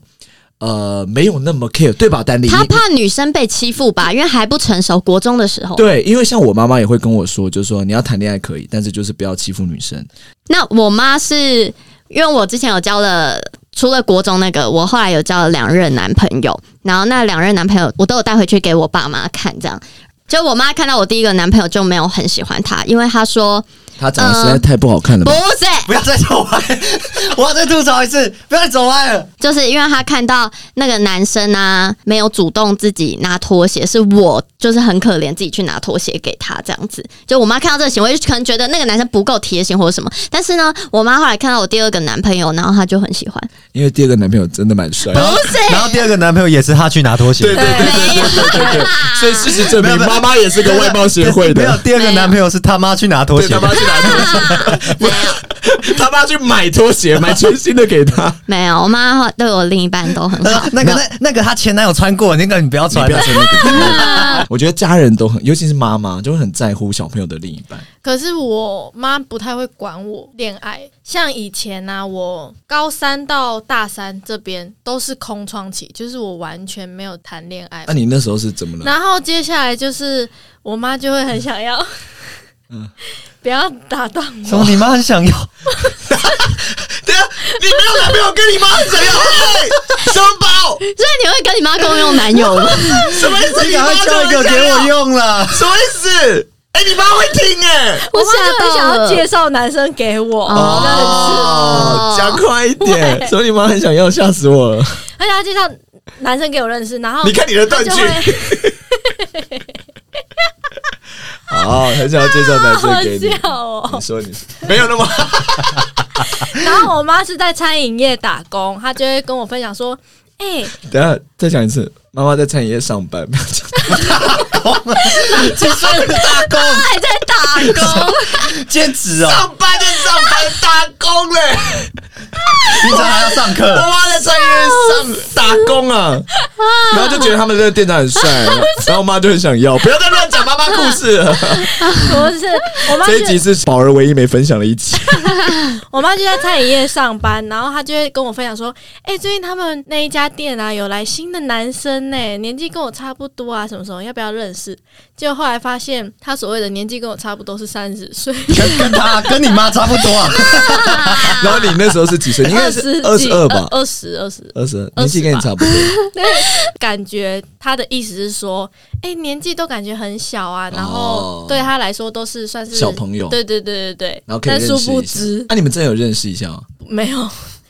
Speaker 1: 呃没有那么 care，对吧，丹丽？
Speaker 3: 她
Speaker 1: 你
Speaker 3: 怕女生被欺负吧，因为还不成熟，国中的时候。
Speaker 1: 对，因为像我妈妈也会跟我说，就是说你要谈恋爱可以，但是就是不要欺负女生。
Speaker 3: 那我妈是因为我之前有交了。除了国中那个，我后来有交了两任男朋友，然后那两任男朋友我都有带回去给我爸妈看，这样。就我妈看到我第一个男朋友就没有很喜欢他，因为她说
Speaker 1: 她长得实在太不好看了
Speaker 3: 不
Speaker 1: 吧？
Speaker 3: 是，
Speaker 4: 不要再走歪， 我要再吐槽一次，不要再走歪了。
Speaker 3: 就是因为她看到那个男生啊没有主动自己拿拖鞋，是我就是很可怜自己去拿拖鞋给他这样子。就我妈看到这个行为，就可能觉得那个男生不够贴心或者什么。但是呢，我妈后来看到我第二个男朋友，然后她就很喜欢。
Speaker 1: 因为第二个男朋友真的蛮帅的。
Speaker 3: 不是
Speaker 4: 然后第二个男朋友也是他去拿拖鞋，
Speaker 1: 对对 对对对对对，所以事实证明，妈妈也是个外貌协会
Speaker 4: 没有
Speaker 1: 的。
Speaker 4: 第二个男朋友是他妈去拿拖
Speaker 1: 对
Speaker 4: 鞋
Speaker 1: 他。妈去拿拖鞋，不是他妈去买拖鞋，买全新的给 他。
Speaker 3: 没有，我妈对我另一半都很好
Speaker 4: 呃。那个那那个他前男友穿过，那个你不要
Speaker 1: 你
Speaker 4: 穿
Speaker 1: 不。要穿那个。我觉得家人都很，尤其是妈妈，就会很在乎小朋友的另一半。
Speaker 2: 可是我妈不太会管我恋爱，像以前啊，我高三到大三这边都是空窗期，就是我完全没有谈恋爱
Speaker 1: 那、。啊你那时候是怎么了？
Speaker 2: 然后接下来就是我妈就会很想要，
Speaker 1: 嗯
Speaker 2: 不要打断我。
Speaker 4: 什么？你妈很想要？
Speaker 1: 对啊，你没有男朋友，跟你妈很 想要，嘿什么宝？
Speaker 3: 所以你会跟你妈共用男友吗？
Speaker 1: 什么意
Speaker 4: 你赶快交一个给我？用了。
Speaker 1: 什么意思？哎、你妈会听哎、
Speaker 2: 我妈
Speaker 3: 吓
Speaker 2: 就很想
Speaker 3: 到
Speaker 2: 要哦
Speaker 3: 了。
Speaker 2: 介绍男生给我，
Speaker 1: 哦，讲快一点，所以你妈很想要，吓死我了！
Speaker 2: 而且她介绍男生给我认识，然后
Speaker 1: 你看你的
Speaker 2: 她
Speaker 1: 断
Speaker 2: 就
Speaker 1: 句，
Speaker 2: 会
Speaker 1: 好，很想要介绍男
Speaker 2: 好
Speaker 1: 生给你。
Speaker 2: 笑哦
Speaker 1: 你。说你说没有那么
Speaker 2: 然后我妈是在餐饮业打工，她就会跟我分享说：“哎、
Speaker 1: 等一下再讲一次，妈妈在餐饮业上班，不要讲
Speaker 4: 几岁的打工？
Speaker 3: 还在打打工，
Speaker 4: 兼职哦，
Speaker 1: 上班就上班打工 嘞、
Speaker 4: 平常还要上
Speaker 1: 我
Speaker 4: 课，
Speaker 1: 妈在上夜上打工啊，然后就觉得他们这个店长很帅，然后我妈就很想要，不要再乱讲妈妈故事了。
Speaker 2: 不是，我妈
Speaker 1: 这一
Speaker 2: 就
Speaker 1: 集是宝儿唯一没分享的一集，
Speaker 2: 我妈就在餐饮业上班，然后她就会跟我分享说：“哎、最近他们那一家店啊，有来新的男生呢、年纪跟我差不多啊，什么什么，要不要认识？”结果后来发现，他所谓的年纪跟我差不多是三十岁，
Speaker 4: 跟跟他跟你妈差不多啊。
Speaker 1: 然后你那时候是几岁？你应该是二十
Speaker 2: 几呃
Speaker 1: 二吧？
Speaker 2: 二十二十，
Speaker 1: 二十二，年纪跟你差不多。
Speaker 2: 感觉他的意思是说，哎、年纪都感觉很小啊，然
Speaker 1: 哦
Speaker 2: 后对他来说都是算是
Speaker 1: 小朋友
Speaker 2: 对对对对对。
Speaker 1: 然后可以
Speaker 2: 但
Speaker 1: 认识
Speaker 2: 殊
Speaker 1: 一下。
Speaker 2: 不知
Speaker 1: 那、你们真的有认识一下吗？
Speaker 2: 没有，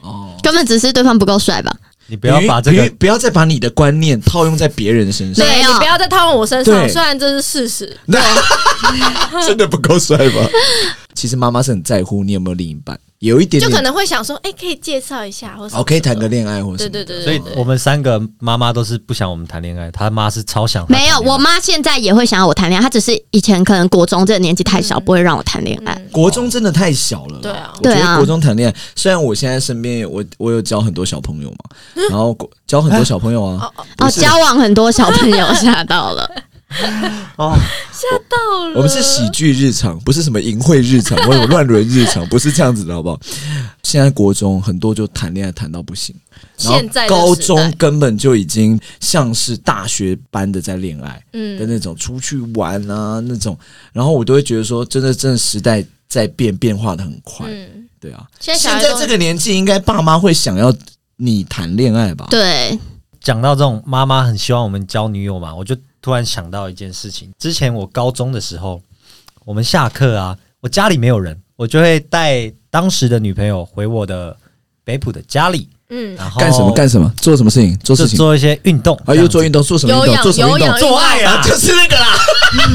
Speaker 1: 哦，
Speaker 3: 根本只是对方不够帅吧？
Speaker 4: 你不要把这个
Speaker 1: 不不要再把你的观念套用在别人身上，
Speaker 3: 没有
Speaker 2: 你不要再套用我身上，
Speaker 1: 对
Speaker 2: 虽然这是事实。
Speaker 1: 那 真的不够帅吧？ 其实妈妈是很在乎你有没有另一半，有一点
Speaker 2: 就
Speaker 1: 点
Speaker 2: 可能会想说，哎、可以介绍一下，或者
Speaker 1: 哦，可以谈个恋爱或什
Speaker 2: 对
Speaker 1: 么的。
Speaker 2: 对对
Speaker 4: 所
Speaker 2: 对
Speaker 4: 以
Speaker 2: 对。
Speaker 4: 我们三个妈妈都是不想我们谈恋爱，他妈是超想。
Speaker 3: 没有，我。妈现在也会想要我谈恋爱，她只是以前可能国中这个年纪太小，不会让我谈恋爱。
Speaker 1: 国中真的太小了啦，
Speaker 2: 对啊
Speaker 1: 我觉
Speaker 3: 对
Speaker 1: 得
Speaker 3: 啊
Speaker 1: 国中谈恋爱，虽然我现在身边有我我有交很多小朋友嘛，
Speaker 2: 嗯
Speaker 1: 然后国交很多小朋友啊，
Speaker 3: 哦，交往很多小朋友吓到了，
Speaker 4: 哦，
Speaker 2: 到了，
Speaker 1: 我们是喜剧日常，不是什么淫秽日常或者乱伦日 常，不是这样子的好不好？现在国中很多就谈恋爱谈到不行，然后
Speaker 2: 现在的时代
Speaker 1: 高中根本就已经像是大学般的在恋爱的
Speaker 2: 嗯，
Speaker 1: 那种，出去玩啊那种，然后我都会觉得说，真的真的时代在变，变化的很快，
Speaker 2: 嗯，
Speaker 1: 对啊。
Speaker 2: 现在小
Speaker 1: 现
Speaker 2: 孩
Speaker 1: 在
Speaker 2: 都
Speaker 1: 这个年纪，应该爸妈会想要你谈恋爱吧？
Speaker 3: 对，
Speaker 4: 讲到这种妈妈很希望我们交女友嘛，我就突然想到一件事情。之前我高中的时候，我们下课啊，我家里没有人，我就会带当时的女朋友回我的北浦的家里，
Speaker 2: 嗯，
Speaker 4: 然后
Speaker 1: 干什么干什么？做什么事情？做
Speaker 4: 就
Speaker 1: 事情
Speaker 4: 做一些运动
Speaker 1: 啊？又做运
Speaker 4: 动，
Speaker 1: 动？做什么
Speaker 2: 有
Speaker 1: 运动？
Speaker 2: 氧
Speaker 1: 做什么
Speaker 2: 有
Speaker 1: 运
Speaker 2: 氧
Speaker 1: 动？
Speaker 4: 做 爱啊，
Speaker 1: 啊就是那个啦！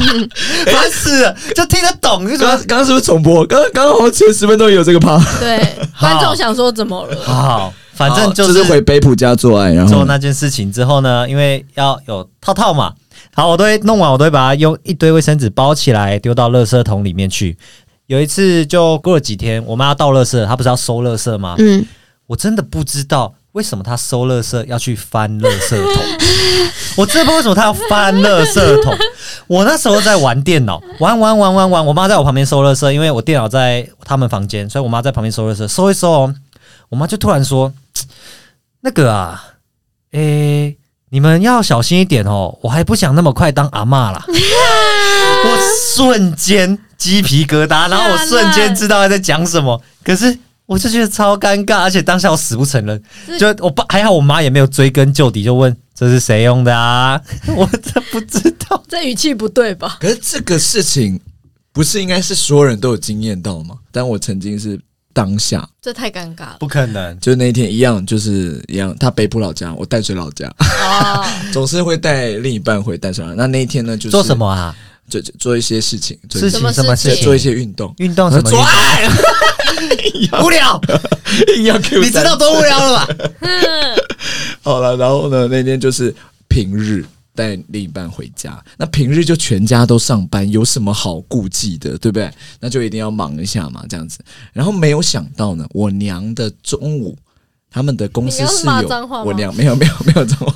Speaker 4: 烦死了，就听得懂，你怎
Speaker 1: 刚
Speaker 4: 么
Speaker 1: 刚刚刚是不是重播？刚刚刚刚好像前十分钟也有这个趴。
Speaker 2: 对，观众想说怎么了？
Speaker 4: 好，反正
Speaker 1: 哦就
Speaker 4: 就是嗯
Speaker 1: 回北浦家做爱，然
Speaker 4: 做
Speaker 1: 后
Speaker 4: 那件事情之后呢，因为要有套套嘛，好，我都会弄完，我都会把它用一堆卫生纸包起来，丢到垃圾桶里面去。有一次就过了几天，我妈要倒垃圾，她不是要收垃圾吗？
Speaker 3: 嗯，
Speaker 4: 我真的不知道为什么她收垃圾要去翻垃圾 桶，我真的不知道为什么她要翻垃圾桶。我那时候在玩电脑， 玩玩玩玩玩，我妈在我旁边收垃圾，因为我电脑在他们房间，所以我妈在旁边收垃圾，收一收哦，我妈就突然说：“那个啊，诶、你们要小心一点哦，我还不想那么快当阿嬷啦。”我瞬间鸡皮疙瘩，然后我瞬间知道她在讲什么，可是我就觉得超尴尬，而且当下我死不承认，就我爸还好，我妈也没有追根究底，就问这是谁用的啊？ 我真不知道。
Speaker 2: 这语气不对吧？
Speaker 1: 可是这个事情不是应该是所有人都有经验到吗？但我曾经是当下，
Speaker 2: 这太尴尬了
Speaker 4: 不可能，
Speaker 1: 就是那一天一样，就是一样，他北浦老家，我淡水老家，
Speaker 2: 哦，
Speaker 1: 总是会带另一半回淡水老家。那那一天呢，就是
Speaker 4: 做什么？啊？
Speaker 1: 就就做一些事情，做一
Speaker 4: 事
Speaker 1: 些
Speaker 4: 情什么事
Speaker 1: 做
Speaker 4: 情？
Speaker 1: 做一些运动，啊
Speaker 4: 运动什 么运
Speaker 1: 做爱，
Speaker 4: 动？无聊，
Speaker 1: 硬要 Q，
Speaker 4: 你知道
Speaker 1: 三次
Speaker 4: 多无聊了 吧？
Speaker 1: 好了，然后呢，那天就是平日带另一半回家，那平日就全家都上班，有什么好顾忌的，对不对？那就一定要忙一下嘛，这样子。然后没有想到呢，我娘的中午。他们的公司
Speaker 2: 你要
Speaker 1: 是
Speaker 2: 骂
Speaker 1: 有
Speaker 2: 脏话吗
Speaker 1: 我娘没有没有没有脏话，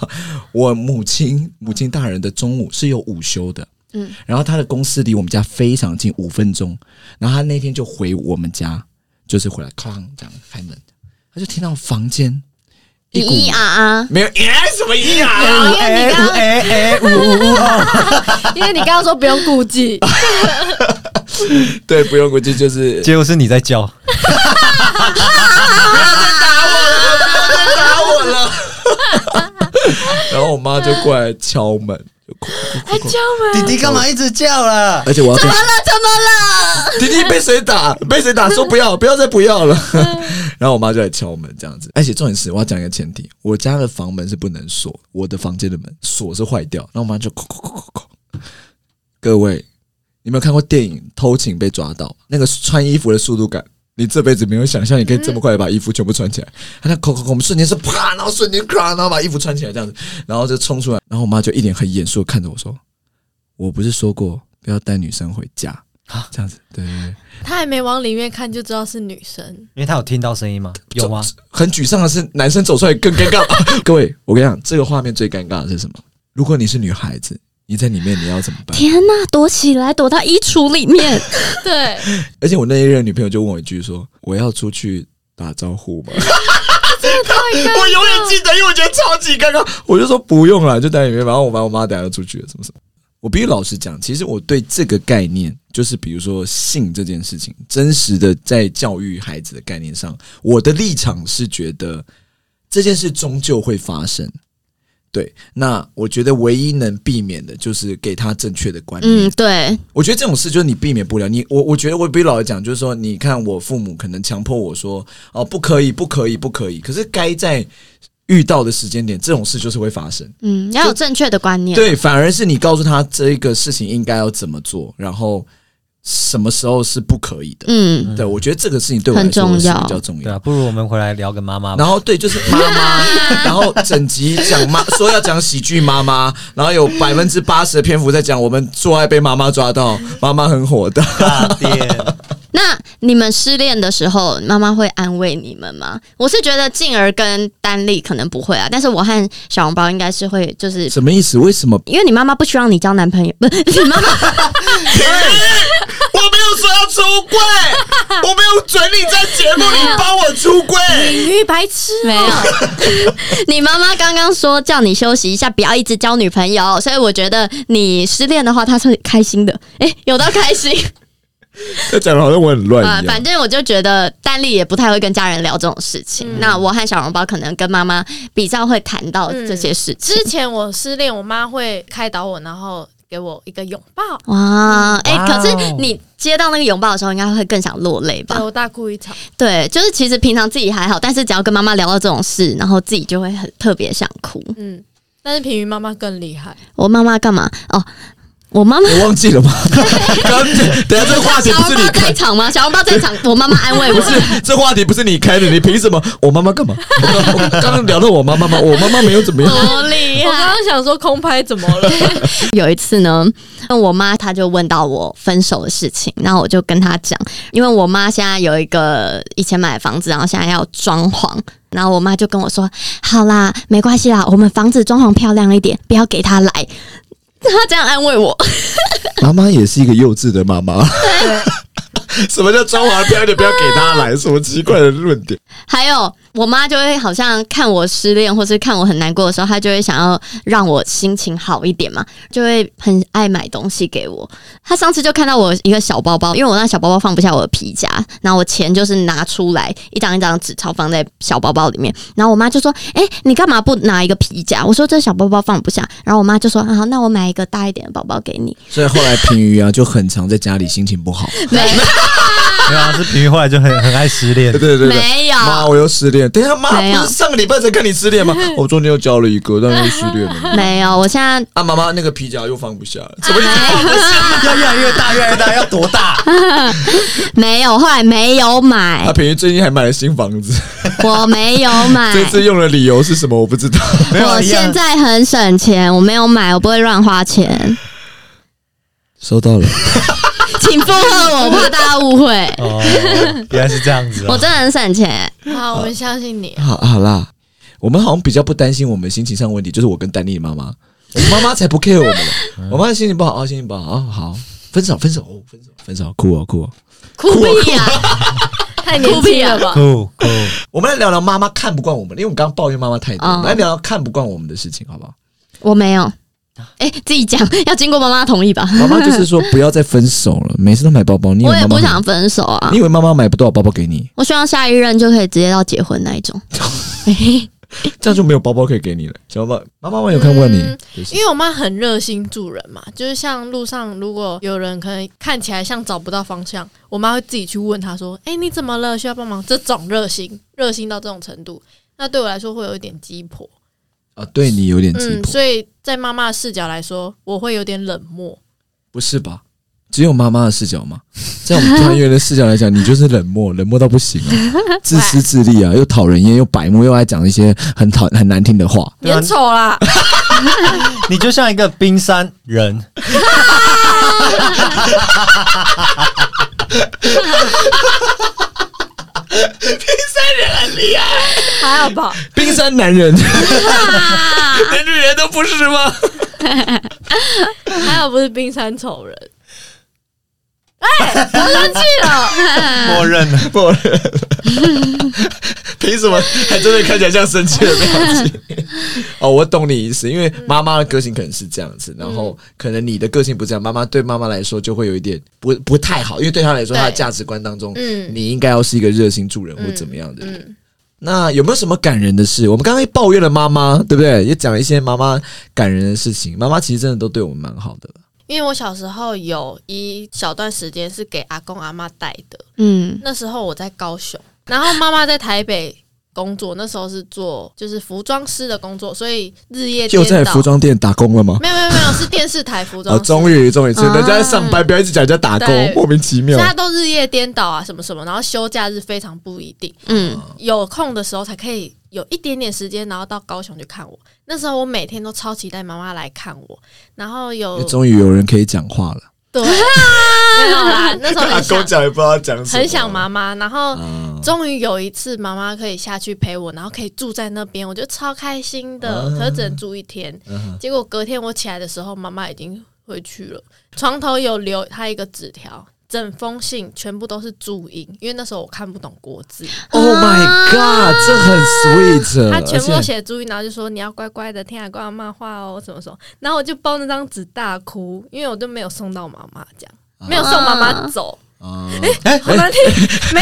Speaker 1: 我母亲母亲大人的中午是有午休的，嗯，然后她的公司离我们家非常近，五分钟，然后她那天就回我们家，就是回来哐这样开门，她就听到房间一股
Speaker 3: 咿咿啊啊，
Speaker 1: 没有，耶、什么意啊？
Speaker 2: 因为你刚刚，
Speaker 4: 哎哎呜呜呜！
Speaker 2: 因为你刚刚说不用顾忌，
Speaker 1: 对，不用估计就是
Speaker 4: 结果是你在叫，
Speaker 1: 打我了。 然后我妈就过来敲门，就哭哭哭哭
Speaker 4: 弟弟干嘛一直叫啦？
Speaker 1: 而且我要跟
Speaker 3: 怎么了？怎么了？
Speaker 1: 弟弟被谁打？被谁打？说不要，不要再不要了。然后我妈就来敲门，这样子。而且重点是，我要讲一个前提，我家的房门是不能锁，我的房间的门锁是坏掉。然后我妈就哭哭哭哭哭。各位，你没有看过电影《偷情被抓到》那个穿衣服的速度感？你这辈子没有想象，你可以这么快把衣服全部穿起来。他那扣扣扣，我们瞬间是啪，然后瞬间咔，然后把衣服穿起来这样子，然后就冲出来。然后我妈就一脸很严肃地看着我说：“我不是说过不要带女生回家，这样子，对对对。
Speaker 2: 他还没往里面看就知道是女生，
Speaker 4: 因为他有听到声音吗？有吗？
Speaker 1: 很沮丧的啊是，男生走出来更尴尬。 各位，我跟你讲，这个画面最尴尬的是什么？如果你是女孩子，你在里面你要怎么办？
Speaker 3: 天哪、躲起来，躲到衣橱里面，
Speaker 2: 对，
Speaker 1: 而且我那一任女朋友就问我一句说：“我要出去打招呼吗？”我永远记得，因为我觉得超级尴尬。我就说不用了，就在里面。然后我把我妈等下就出去了，什么什么。我必须老实讲，其实我对这个概念，就是比如说性这件事情，真实的在教育孩子的概念上，我的立场是觉得这件事终究会发生。对，那我觉得唯一能避免的就是给他正确的观念。
Speaker 3: 嗯，对，
Speaker 1: 我觉得这种事就是你避免不了。你我我觉得我比老实讲，就是说，你看我父母可能强迫我说哦，不可以，不可以，不可以。可是该在遇到的时间点，这种事就是会发生。
Speaker 3: 嗯，要有正确的观念，
Speaker 1: 对，反而是你告诉他这个事情应该要怎么做，然后什么时候是不可以的。
Speaker 3: 嗯，
Speaker 1: 对，我觉得这个事情对我来
Speaker 3: 很
Speaker 1: 说
Speaker 3: 重
Speaker 1: 是
Speaker 3: 要
Speaker 1: 比较重要
Speaker 4: 对。啊，不如我们回来聊个妈妈吧。
Speaker 1: 然后对，就是妈妈， 然后整集讲妈，说要讲喜剧妈妈，然后 有百分之八十的篇幅在讲我们做爱被妈妈抓到，妈妈很火的。
Speaker 4: 大 店，
Speaker 3: 那你们失恋的时候，妈妈会安慰你们吗？我是觉得静儿跟丹丽可能不会啊，但是我和小笼包应该是会，就 是
Speaker 1: 什么意思？为什么
Speaker 3: 因为你妈妈不希望你交男朋友，不是你妈妈，
Speaker 1: 我没有说要出柜，我没有准你在节目里帮我出柜。
Speaker 2: 你女白痴
Speaker 3: 没有， 你妈妈刚刚说叫你休息一下，不要一直交女朋友，所以我觉得你失恋的话，她是会开心的，诶、有到开心
Speaker 1: 他讲的好像我很
Speaker 3: 啊、
Speaker 1: 乱一
Speaker 3: 反
Speaker 1: 样。
Speaker 3: 正我就觉得丹丽也不太会跟家人聊这种事情，那我和小笼包可能跟妈妈比较会谈到这些事情。
Speaker 2: 之前我失恋，我妈会开导我，然后给我一个拥抱，
Speaker 3: 哇，哎、
Speaker 4: 哇哦
Speaker 3: 可是你接到那个拥抱的时候，应该会更想落泪吧
Speaker 2: 对？我大哭一场。
Speaker 3: 对，就是其实平常自己还好，但是只要跟妈妈聊到这种事，然后自己就会很特别想哭。
Speaker 2: 嗯，但是平云妈妈更厉害，
Speaker 3: 我妈妈干嘛？哦，我妈妈。
Speaker 1: 我忘记了 吗？刚等下这个话题
Speaker 3: 小
Speaker 1: 不
Speaker 3: 笼
Speaker 1: 是
Speaker 3: 包
Speaker 1: 你
Speaker 3: 在
Speaker 1: 开，
Speaker 3: 场 吗？小笼包在场，我妈妈安慰
Speaker 1: 不
Speaker 3: 我。
Speaker 1: 是这话题不是你开的，你凭什么？我妈妈干嘛？我刚我刚刚聊到我妈妈吗？我妈妈没有怎 么样。
Speaker 3: 多厉
Speaker 2: 我刚
Speaker 3: 害！
Speaker 2: 刚想说空拍怎么了？
Speaker 3: 有一次呢，我妈她就问到我分手的事情，然后我就跟她讲，因为我妈现在有一个以前买的房子，然后现在要装潢，然后我妈就跟我说：“好啦，没关系啦，我们房子装潢漂亮一点，不要给她来。”她这样安慰我，
Speaker 1: 妈妈也是一个幼稚的妈妈。 什么叫装潢漂亮？不要给她来什么奇怪的论点。
Speaker 3: 还有我妈就会好像看我失恋，或是看我很难过的时候，她就会想要让我心情好一点嘛，就会很爱买东西给我。她上次就看到我一个小包包，因为我那小包包放不下我的皮夹，然后我钱就是拿出来一张一张纸钞放在小包包里面，然后我妈就说：“哎、你干嘛不拿一个皮夹？”我说：“这小包包放不下。”然后我妈就说：“啊，那我买一个大一点的包包给你。
Speaker 1: 所以后来平鱼啊，就很常在家里心情不好。”
Speaker 3: 没
Speaker 4: 没有啊，是平云后来就很很爱失恋
Speaker 1: 对，对对对，
Speaker 3: 没有，
Speaker 1: 妈，我又失恋。等一下，妈，
Speaker 3: 没有
Speaker 1: 不是上个礼拜才跟你失 恋吗？我中间又交了一个，但又失恋了。
Speaker 3: 没有，我现在
Speaker 1: 啊，妈妈，那个皮夹又放不下了，怎么一直
Speaker 3: 没有
Speaker 4: 要越来越大，越来越大，要多大？
Speaker 3: 没有，后来没有买
Speaker 1: 啊，，平云最近还买了新房子，
Speaker 3: 我没有买。
Speaker 1: 这次用的理由是什么？我不知道。
Speaker 4: 没有啊
Speaker 3: 我
Speaker 4: 一样
Speaker 3: 现在很省钱，我没有买，我不会乱花钱，
Speaker 1: 收到了，
Speaker 3: 请附和我，我怕大家误会。
Speaker 4: 哦，原来是这样子、啊。
Speaker 3: 我真的很省钱，
Speaker 2: 好，我们相信你。
Speaker 1: 好，好啦，我们好像比较不担心我们心情上的问题，就是我跟丹妮妈妈，我妈妈才不 care 我们 了。我妈心情不好啊，心情不好啊，好，分手，分手，哦分手，分手，哭哦，哭哦。
Speaker 3: 哭屁啊呀、
Speaker 2: 太年轻了吧？
Speaker 4: 酷酷，
Speaker 1: 我们来聊聊妈妈看不惯我们，因为我们刚刚抱怨妈妈太多，
Speaker 3: 哦
Speaker 1: 我们来聊聊看不惯我们的事情，好不好？
Speaker 3: 我没有。哎、自己讲，要经过妈妈同意吧。
Speaker 1: 妈妈就是说不要再分手了，每次都买包包，你以
Speaker 3: 我
Speaker 1: 为
Speaker 3: 也
Speaker 1: 妈妈买
Speaker 3: 不想分手啊
Speaker 1: 你，以为妈妈买不到包包给 你，
Speaker 3: 我希望下一任就可以直接到结婚那一种。
Speaker 1: 这样就没有包包可以给你了。小宝，妈妈，我有看过你，
Speaker 2: 嗯
Speaker 1: 就是
Speaker 2: 因为我妈很热心助人嘛，就是像路上如果有人可能看起来像找不到方向，我妈会自己去问他说：“哎、你怎么了？需要帮忙？”这种热心，热心到这种程度，那对我来说会有一点鸡婆。
Speaker 1: 啊，对你有点急
Speaker 2: 嗯，
Speaker 1: 迫，
Speaker 2: 所以在妈妈的视角来说，我会有点冷漠。
Speaker 1: 不是吧？只有妈妈的视角吗？ 在我们团员的视角来讲，你就是冷漠，冷漠到不 行啊，自私自利啊，又讨人厌，又白目，又爱讲一些很讨很难听的 话。
Speaker 2: 你很丑啦，
Speaker 4: 你就像一个冰山人，
Speaker 2: 还好吧？
Speaker 1: 冰山男人，连女人都不是吗？
Speaker 2: 还好不是冰山 丑人。哎、我生气了，
Speaker 4: 默认了。
Speaker 1: 不然， 凭什么还真的看起来像生气的表情？ 哦，我懂你意思，因为妈妈的个性可能是这样子，然
Speaker 2: 嗯
Speaker 1: 后可能你的个性不这样，妈妈对妈妈来说就会有一点不不太好，因为对她来说，
Speaker 2: 对
Speaker 1: 她的价值观当中，
Speaker 2: 嗯
Speaker 1: 你应该要是一个热心助人或
Speaker 2: 嗯
Speaker 1: 怎么样的人。
Speaker 2: 嗯，
Speaker 1: 那有没有什么感人的事？我们刚刚也抱怨了妈妈，对不对？也讲了一些妈妈感人的事情，妈妈其实真的都对我们蛮好的了。
Speaker 2: 因为我小时候有一小段时间是给阿公阿妈带的，
Speaker 3: 嗯，
Speaker 2: 那时候我在高雄，然后妈妈在台北工作，那时候是做就是服装师的工作，所以日夜
Speaker 1: 就
Speaker 2: 颠
Speaker 1: 在
Speaker 2: 倒
Speaker 1: 服装店打工了吗？
Speaker 2: 没有没有没有是电视台服
Speaker 1: 哦，
Speaker 2: 装师，
Speaker 1: 终于终于是，
Speaker 3: 啊
Speaker 1: 人家在上班，不要一直讲人家打工
Speaker 2: 对，
Speaker 1: 莫名其
Speaker 2: 所
Speaker 1: 妙
Speaker 2: 以。他都日夜颠倒啊，什么什么，然后休假日非常不一定，
Speaker 3: 嗯，
Speaker 2: 有空的时候才可以有一点点时间，然后到高雄去看我。那时候我每天都超期待妈妈来看我，然后有
Speaker 1: 终于有人可以讲话了。
Speaker 2: 对没有啦，那时候
Speaker 1: 阿
Speaker 2: 很
Speaker 1: 公
Speaker 2: 想
Speaker 1: 讲也不知道讲什么，
Speaker 2: 很想妈妈，然后
Speaker 1: 啊。
Speaker 2: 终于有一次，妈妈可以下去陪我，然后可以住在那边，我就超开心的。
Speaker 1: 啊
Speaker 2: 可是只能住一天，
Speaker 1: 嗯
Speaker 2: 结果隔天我起来的时候，妈妈已经回去了。床头有留她一个纸条，整封信全部都是注音，因为那时候我看不懂国字，
Speaker 1: Oh my god，这很 sweet，
Speaker 2: 她啊全
Speaker 1: 嗯
Speaker 2: 部
Speaker 1: 而
Speaker 2: 都
Speaker 1: 且
Speaker 2: 写注音，然后就说你要乖乖的听阿公阿妈话哦，什么什么。然后我就抱那张纸大哭，因为我都没有送到妈妈，这样没有送妈妈走，
Speaker 1: 啊
Speaker 4: 哎、
Speaker 2: 好难听，没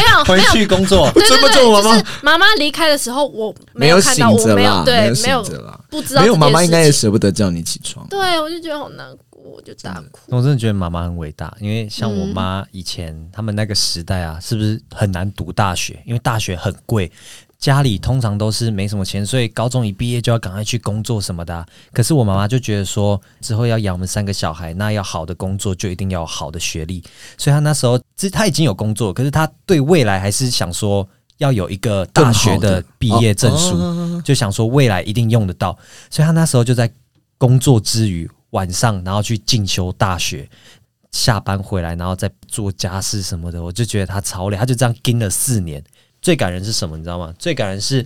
Speaker 2: 有
Speaker 4: 回
Speaker 2: 没有
Speaker 4: 去工作，
Speaker 2: 对
Speaker 1: 这
Speaker 2: 对
Speaker 1: 么
Speaker 2: 对，
Speaker 1: 做我吗
Speaker 2: 就是妈妈离开的时候，我
Speaker 1: 没
Speaker 2: 有
Speaker 1: 有
Speaker 2: 看到，
Speaker 1: 醒
Speaker 2: 我
Speaker 1: 着
Speaker 2: 没
Speaker 1: 啦
Speaker 2: 有，对，没
Speaker 1: 醒
Speaker 2: 有
Speaker 1: 着啦，
Speaker 2: 不知道
Speaker 1: 没有
Speaker 2: 这件
Speaker 1: 妈妈应该也
Speaker 2: 事情
Speaker 1: 舍不得叫你起床。
Speaker 2: 对我就觉得好难过，我就大哭。
Speaker 4: 我真的觉得妈妈很伟大，因为像我妈以前他们那个时代啊，是不是很难读大学？因为大学很贵，家里通常都是没什么钱，所以高中一毕业就要赶快去工作什么的啊、可是我妈妈就觉得说，之后要养我们三个小孩，那要好的工作就一定要有好的学历，所以她那时候其实她已经有工作，可是她对未来还是想说要有一个大学
Speaker 1: 更好
Speaker 4: 的
Speaker 1: 的
Speaker 4: 毕业证书。
Speaker 1: 哦
Speaker 4: 就想说未来一定用得到，所以他那时候就在工作之余晚上，然后去进修大学，下班回来然后再做家事什么的，我就觉得他超累，他就这样盯了四年。最感人是什么？你知道吗？最感人是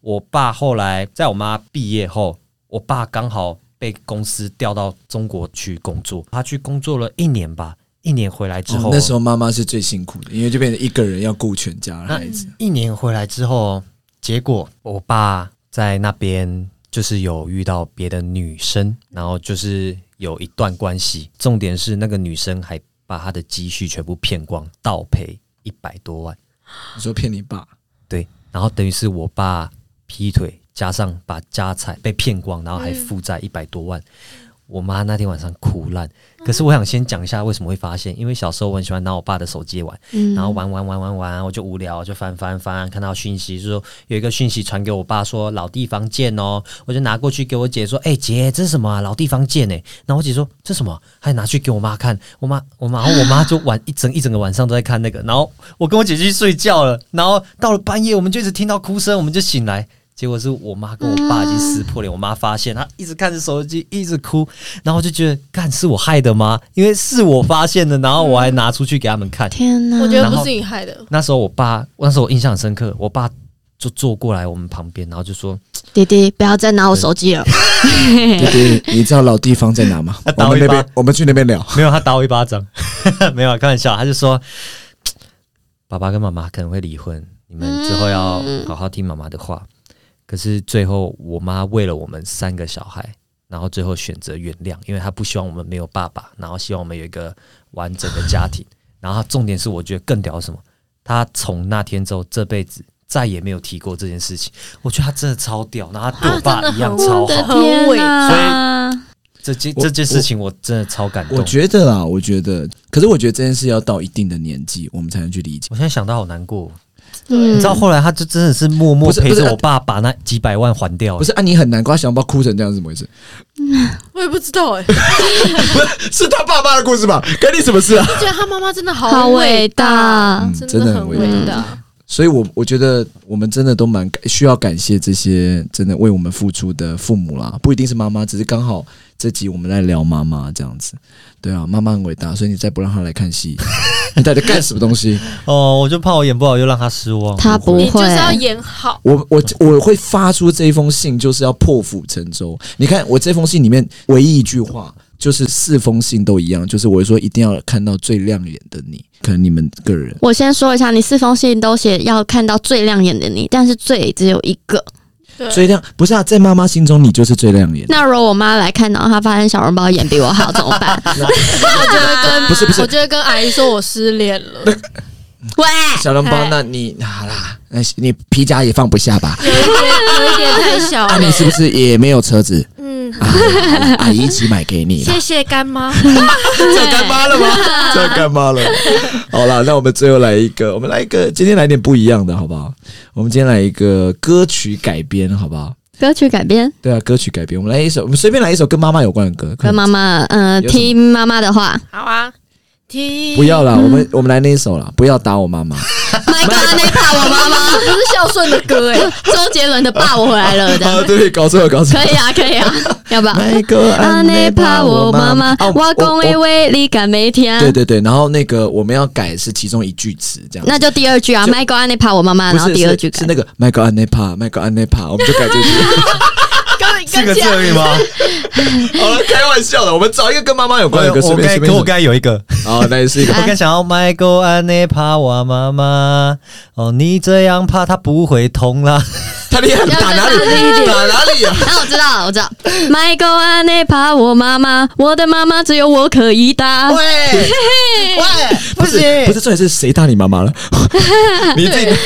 Speaker 4: 我爸后来在我妈毕业后，我爸刚好被公司调到中国去工作，他去工作了一年吧，一年回来之后，
Speaker 1: 哦那时候妈妈是最辛苦的，因为就变成一个人要顾全家的孩子。
Speaker 2: 嗯
Speaker 4: 一年回来之后，结果我爸在那边就是有遇到别的女生，然后就是有一段关系。重点是那个女生还把他的积蓄全部骗光，倒赔一百多万。
Speaker 1: 你说骗你爸，
Speaker 4: 对，然后等于是我爸劈腿，加上把家财被骗光，然后还负债一百多万。我妈那天晚上哭烂，可是我想先讲一下为什么会发现，因为小时候我很喜欢拿我爸的手机玩，
Speaker 3: 嗯
Speaker 4: 然后玩玩玩玩玩，我就无聊，就翻翻翻，看到讯息就说有一个讯息传给我爸说老地方见哦，我就拿过去给我姐说，哎、姐这是什么啊？老地方见哎、然后我姐说这什么，还拿去给我妈看，我妈我妈，然后我妈就晚一整一整个晚上都在看那个，然后我跟我姐去睡觉了，然后到了半夜我们就一直听到哭声，我们就醒来。结果是我妈跟我爸已经撕破脸，我妈发现她一直看着手机，一直哭，然后我就觉得，干是我害的吗？因为是我发现的，然后我还拿出去给他们看，
Speaker 3: 天哪，
Speaker 2: 我觉得
Speaker 4: 然
Speaker 2: 不
Speaker 4: 后
Speaker 2: 是你害的，
Speaker 4: 那时候我爸，那时候我印象很深刻，我爸就坐过来我们旁边，然后就说
Speaker 3: 弟弟不要再拿我手机了，
Speaker 1: 弟 弟，你知道老地方在哪吗？我
Speaker 4: 他打我
Speaker 1: 们
Speaker 4: 一巴
Speaker 1: 那边，我们去那边聊。
Speaker 4: 没有，他打我一巴掌，没有啊，开玩笑，他就说爸爸跟妈妈可能会离婚，你们之后要好好听妈妈的话。可是最后，我妈为了我们三个小孩，然后最后选择原谅，因为她不希望我们没有爸爸，然后希望我们有一个完整的家庭。然后她重点是，我觉得更屌的是什么？她从那天之后，这辈子再也没有提过这件事情。我觉得她真的超屌，然后她对我
Speaker 2: 啊
Speaker 4: 爸
Speaker 2: 真的
Speaker 4: 一样
Speaker 2: 很
Speaker 4: 超
Speaker 3: 我
Speaker 4: 好。
Speaker 3: 的
Speaker 2: 很
Speaker 3: 天
Speaker 2: 伟
Speaker 3: 哪！
Speaker 4: 这件
Speaker 1: 我
Speaker 4: 这件事情，我真的超感动。
Speaker 1: 我觉得啦，我觉得，可是我觉得这件事要到一定的年纪，我们才能去理解。
Speaker 4: 我现在想到好难过。哦
Speaker 3: 嗯
Speaker 4: 你知道后来他就真的是默默
Speaker 1: 不是
Speaker 4: 陪
Speaker 1: 不是
Speaker 4: 着我爸把那几百万还掉。
Speaker 1: 不是啊，你很难过，他想不到哭成这样是怎么回事？
Speaker 2: 我也不知道哎、
Speaker 1: 是他爸爸的 故事吧？关你什么事啊？
Speaker 2: 我觉得他妈妈真的
Speaker 3: 好伟
Speaker 2: 伟
Speaker 3: 大
Speaker 1: 嗯
Speaker 2: 真的很
Speaker 1: 真的很伟
Speaker 2: 大。
Speaker 1: 所以我，我觉得我们真的都蛮感需要感谢这些真的为我们付出的父母啦，不一定是妈妈，只是刚好这集我们在聊妈妈这样子。对啊，妈妈很伟大，所以你再不让她来看戏，你到底干什么东西？
Speaker 4: 哦，我就怕我演不好又让他失望。
Speaker 3: 他不
Speaker 2: 你
Speaker 3: 会
Speaker 2: 就是要演好。
Speaker 1: 我我我会发出这一封信，就是要破釜沉舟。你看，我这封信里面唯一一句话，就是四封信都一样，就是我会说一定要看到最亮眼的你，可能你们个人。
Speaker 3: 我先说一下，你四封信都写要看到最亮眼的你，但是最只有一个。
Speaker 2: 对，
Speaker 1: 最亮不是啊，在妈妈心中你就是最亮眼的。
Speaker 3: 那如果我妈来看，然后她发现小笼包演比我好，怎么办？
Speaker 2: 我就会跟
Speaker 1: 不是不是
Speaker 2: 我就会跟阿姨说我失恋了。
Speaker 3: 喂，
Speaker 1: 小笼包
Speaker 2: 哎，
Speaker 1: 那你好啦，那你皮夹也放不下吧？
Speaker 2: 有一点有一点太小
Speaker 1: 啊，
Speaker 2: 了。
Speaker 1: 你是不是也没有车子？
Speaker 2: 嗯，
Speaker 1: 啊，阿姨一起买给你啦。
Speaker 2: 谢谢干妈。
Speaker 1: 这干妈了吗？ 这干妈了。好啦，那我们最后来一个，我们来一个，今天来点不一样的，好不好？我们今天来一个歌曲改编，好不好？
Speaker 3: 歌曲改编
Speaker 1: 对啊，歌曲改编，我们来一首，我们随便来一首跟妈妈有关的歌。快
Speaker 3: 跟妈妈，呃，
Speaker 1: 有什么
Speaker 3: 听妈妈的话。
Speaker 2: 好啊，听
Speaker 1: 不要啦，我们我们来那一首啦，不要打我妈妈。
Speaker 3: My God，那怕我妈妈不是孝顺的歌哎，周杰伦的爸我回来了
Speaker 1: 啊，
Speaker 3: 的，
Speaker 1: 对，搞错了，搞错
Speaker 3: 呃可
Speaker 1: 了。
Speaker 3: 以啊，可以啊，要不要？
Speaker 1: 那个
Speaker 3: 啊，那怕我妈妈，我讲的
Speaker 1: 我
Speaker 3: 话你敢没听？
Speaker 1: 哦对对对，然后那个我们要改是其中一句词这样子。
Speaker 3: 那就第二句啊
Speaker 1: 就
Speaker 3: ，My God，那怕我妈妈，
Speaker 1: 不
Speaker 3: 然后
Speaker 1: 是
Speaker 3: 第二句
Speaker 1: 是是
Speaker 3: 改
Speaker 1: 那。个 Michael a n e p a Michael a n e p a 我们就改这句。
Speaker 2: 跟
Speaker 4: 四个
Speaker 2: 跟
Speaker 4: 字而已吗？
Speaker 1: 好了，开玩笑的，我们找一个跟妈妈有关的歌，
Speaker 4: 我
Speaker 1: 随便
Speaker 4: 该，
Speaker 1: 随
Speaker 4: 可
Speaker 1: 便
Speaker 4: 我
Speaker 1: 一首。
Speaker 4: 刚才有一个，
Speaker 1: 啊，那也是一个
Speaker 4: 我刚想要 Michael 安内怕我妈妈，哦，你这样怕他不会痛啦。
Speaker 1: 他厉害，打哪里？打哪里呀？
Speaker 3: 啊，我知道了，我知道。My God，啊，那怕我妈妈，我的妈妈只有我可以 打。
Speaker 1: 喂，
Speaker 4: 不
Speaker 1: 不是不是，重点是谁打你妈妈 了？你自己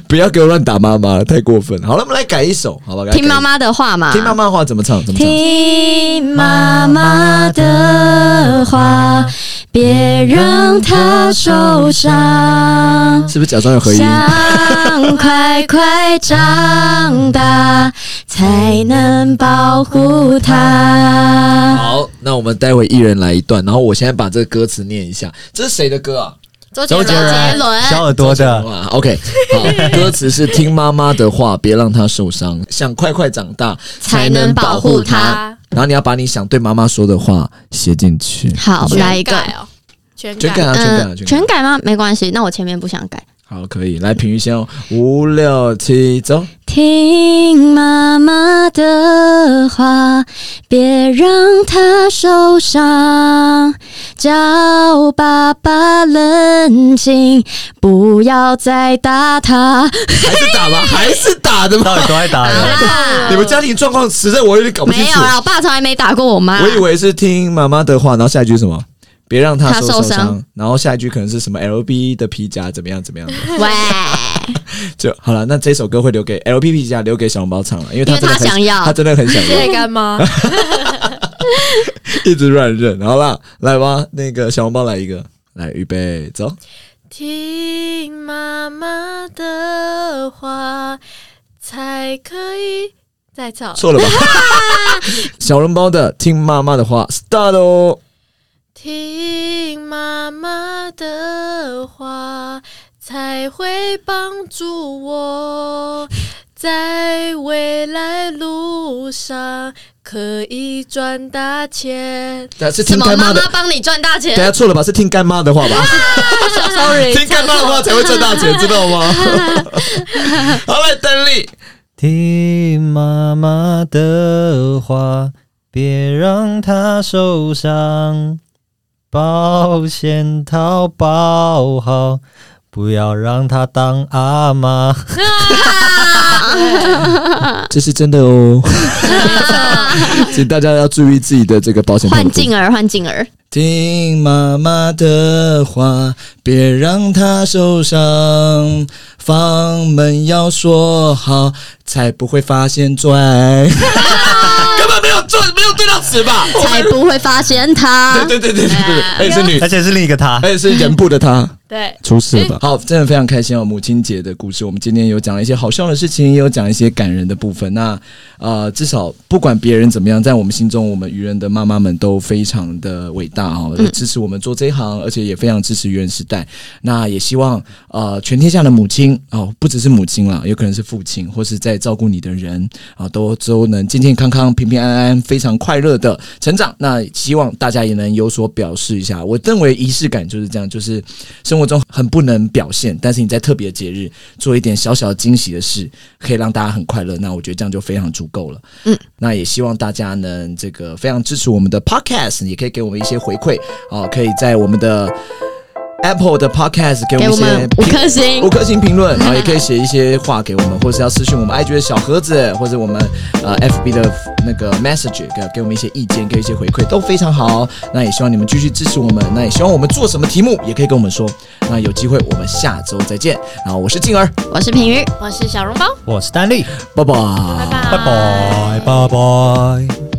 Speaker 1: 不要给我乱打妈妈了，太过分了。好了，我们来改一首，好吧？来改一
Speaker 3: 听妈，妈的话嘛，
Speaker 1: 听妈妈的话怎么唱？怎么唱？
Speaker 3: 听妈妈的话，别让她受伤。
Speaker 1: 是不是假装有合音？
Speaker 3: 想快快长大，才能保护她。
Speaker 1: 好，那我们待会一人来一段，然后我现在把这个歌词念一下。这是谁的歌啊？
Speaker 2: 周
Speaker 4: 周杰
Speaker 3: 伦
Speaker 4: 小耳朵的，
Speaker 1: 哇，OK，好，歌词是听妈妈的话，别让她受伤，想快快长大
Speaker 3: 才能保护
Speaker 1: 她。
Speaker 3: 她
Speaker 2: 他
Speaker 1: 然后你要把你想对妈妈说的话写进去，
Speaker 3: 好，来一个，
Speaker 2: 哦，全
Speaker 1: 全改
Speaker 2: 改
Speaker 1: 啊，全改啊，全
Speaker 3: 嗯，
Speaker 1: 改
Speaker 3: 全。改吗？没关系，那我前面不想改。
Speaker 1: 好，可以来平鱼先哦，五六七，走。
Speaker 3: 听妈妈的话，别让她受伤。叫爸爸冷静，不要再打她。
Speaker 1: 还是打 吧，还是打的
Speaker 4: 到
Speaker 1: 嘛。
Speaker 4: 底多爱打人？
Speaker 1: 你们家庭状况实在我有点搞不清
Speaker 3: 啊没有
Speaker 1: 楚。
Speaker 3: 啦，我爸从来没打过我妈。
Speaker 1: 我以为是听妈妈的话，然后下一句是什么？别让她
Speaker 3: 她
Speaker 1: 受
Speaker 3: 受伤，
Speaker 1: 然后下一句可能是什么 L B 的皮夹怎么样怎么样的
Speaker 3: 喂，
Speaker 1: 就好了。那这首歌会留给 L B 皮夹留给小笼包唱了，因为他
Speaker 3: 因为
Speaker 1: 真的
Speaker 3: 他
Speaker 1: 很
Speaker 3: 想要
Speaker 1: 他真的很想
Speaker 2: 谢
Speaker 1: 要，
Speaker 2: 谢 干妈。
Speaker 1: 一直乱认。好啦，来吧，那个小笼包来一个，来预备走。
Speaker 2: 听妈妈的话，才可以再造。
Speaker 1: 错了吧？ 小笼包的听妈妈的话，start 哦。
Speaker 2: 听妈妈的话，才会帮助我在未来路上可以赚大钱。
Speaker 1: 但是
Speaker 3: 什
Speaker 1: 听
Speaker 3: 么
Speaker 1: 干
Speaker 3: 妈啊
Speaker 1: 妈的
Speaker 3: 妈，帮你赚大钱
Speaker 1: 等？下错了吧？是听干妈的话吧？
Speaker 2: Sorry，
Speaker 1: 听干妈的话才会赚大钱，知道 吗？好了，邓丽，
Speaker 4: 听妈妈的话，别让她受伤。保险套包好，不要让她当阿妈。
Speaker 3: 啊
Speaker 1: 这是真的哦， 请大家要注意自己的这个保险。
Speaker 3: 换静。儿，换静儿，
Speaker 1: 听妈妈的话，别让她受伤。房门要锁好，才不会发现拽。根本没有做，没有对到词吧？
Speaker 3: 才不会发现他。
Speaker 1: 对对对对对对，而且是女，
Speaker 4: 而且是另一个她。
Speaker 1: 而且是人部的她。
Speaker 2: 对，
Speaker 5: 出事了吧？
Speaker 1: 好，真的非常开心哦！母亲节的故事，我们今天有讲了一些好笑的事情，也有讲一些感人的部分。那呃，至少不管别人怎么样，在我们心中，我们愚人的妈妈们都非常的伟大哦，
Speaker 3: 嗯
Speaker 1: 支持我们做这一行，而且也非常支持愚人时代。那也希望呃，全天下的母亲哦，不只是母亲啦，有可能是父亲，或是在照顾你的人啊，都都能健健康康、平平安安、非常快乐的成长。那希望大家也能有所表示一下。我认为仪式感就是这样，就是生活中很不能表现，但是你在特别节日做一点小小惊喜的事，可以让大家很快乐。那我觉得这样就非常足够了。
Speaker 3: 嗯，
Speaker 1: 那也希望大家能这个非常支持我们的 podcast，也可以给我们一些回馈啊、可以在我们的 Apple 的 podcast 给我
Speaker 3: 给
Speaker 1: 们
Speaker 3: 我
Speaker 1: 一些
Speaker 3: 们五
Speaker 1: 评
Speaker 3: 颗星
Speaker 1: 五。颗星评论，然后也可以写一些话给我们，或是要私信我们 IG 的小盒子，或者我们呃 FB 的那个 message 给给我们一些意见，给一些回馈都非常好。那也希望你们继续支持我们，那也希望我们做什么题目也可以跟我们说。那有机会我们下周再见。然后我是静儿，
Speaker 3: 我是平鱼。
Speaker 2: 我是小笼包，
Speaker 4: 我是丹力，
Speaker 1: 拜拜，
Speaker 2: 拜
Speaker 1: 拜
Speaker 2: 拜
Speaker 4: 拜拜拜拜。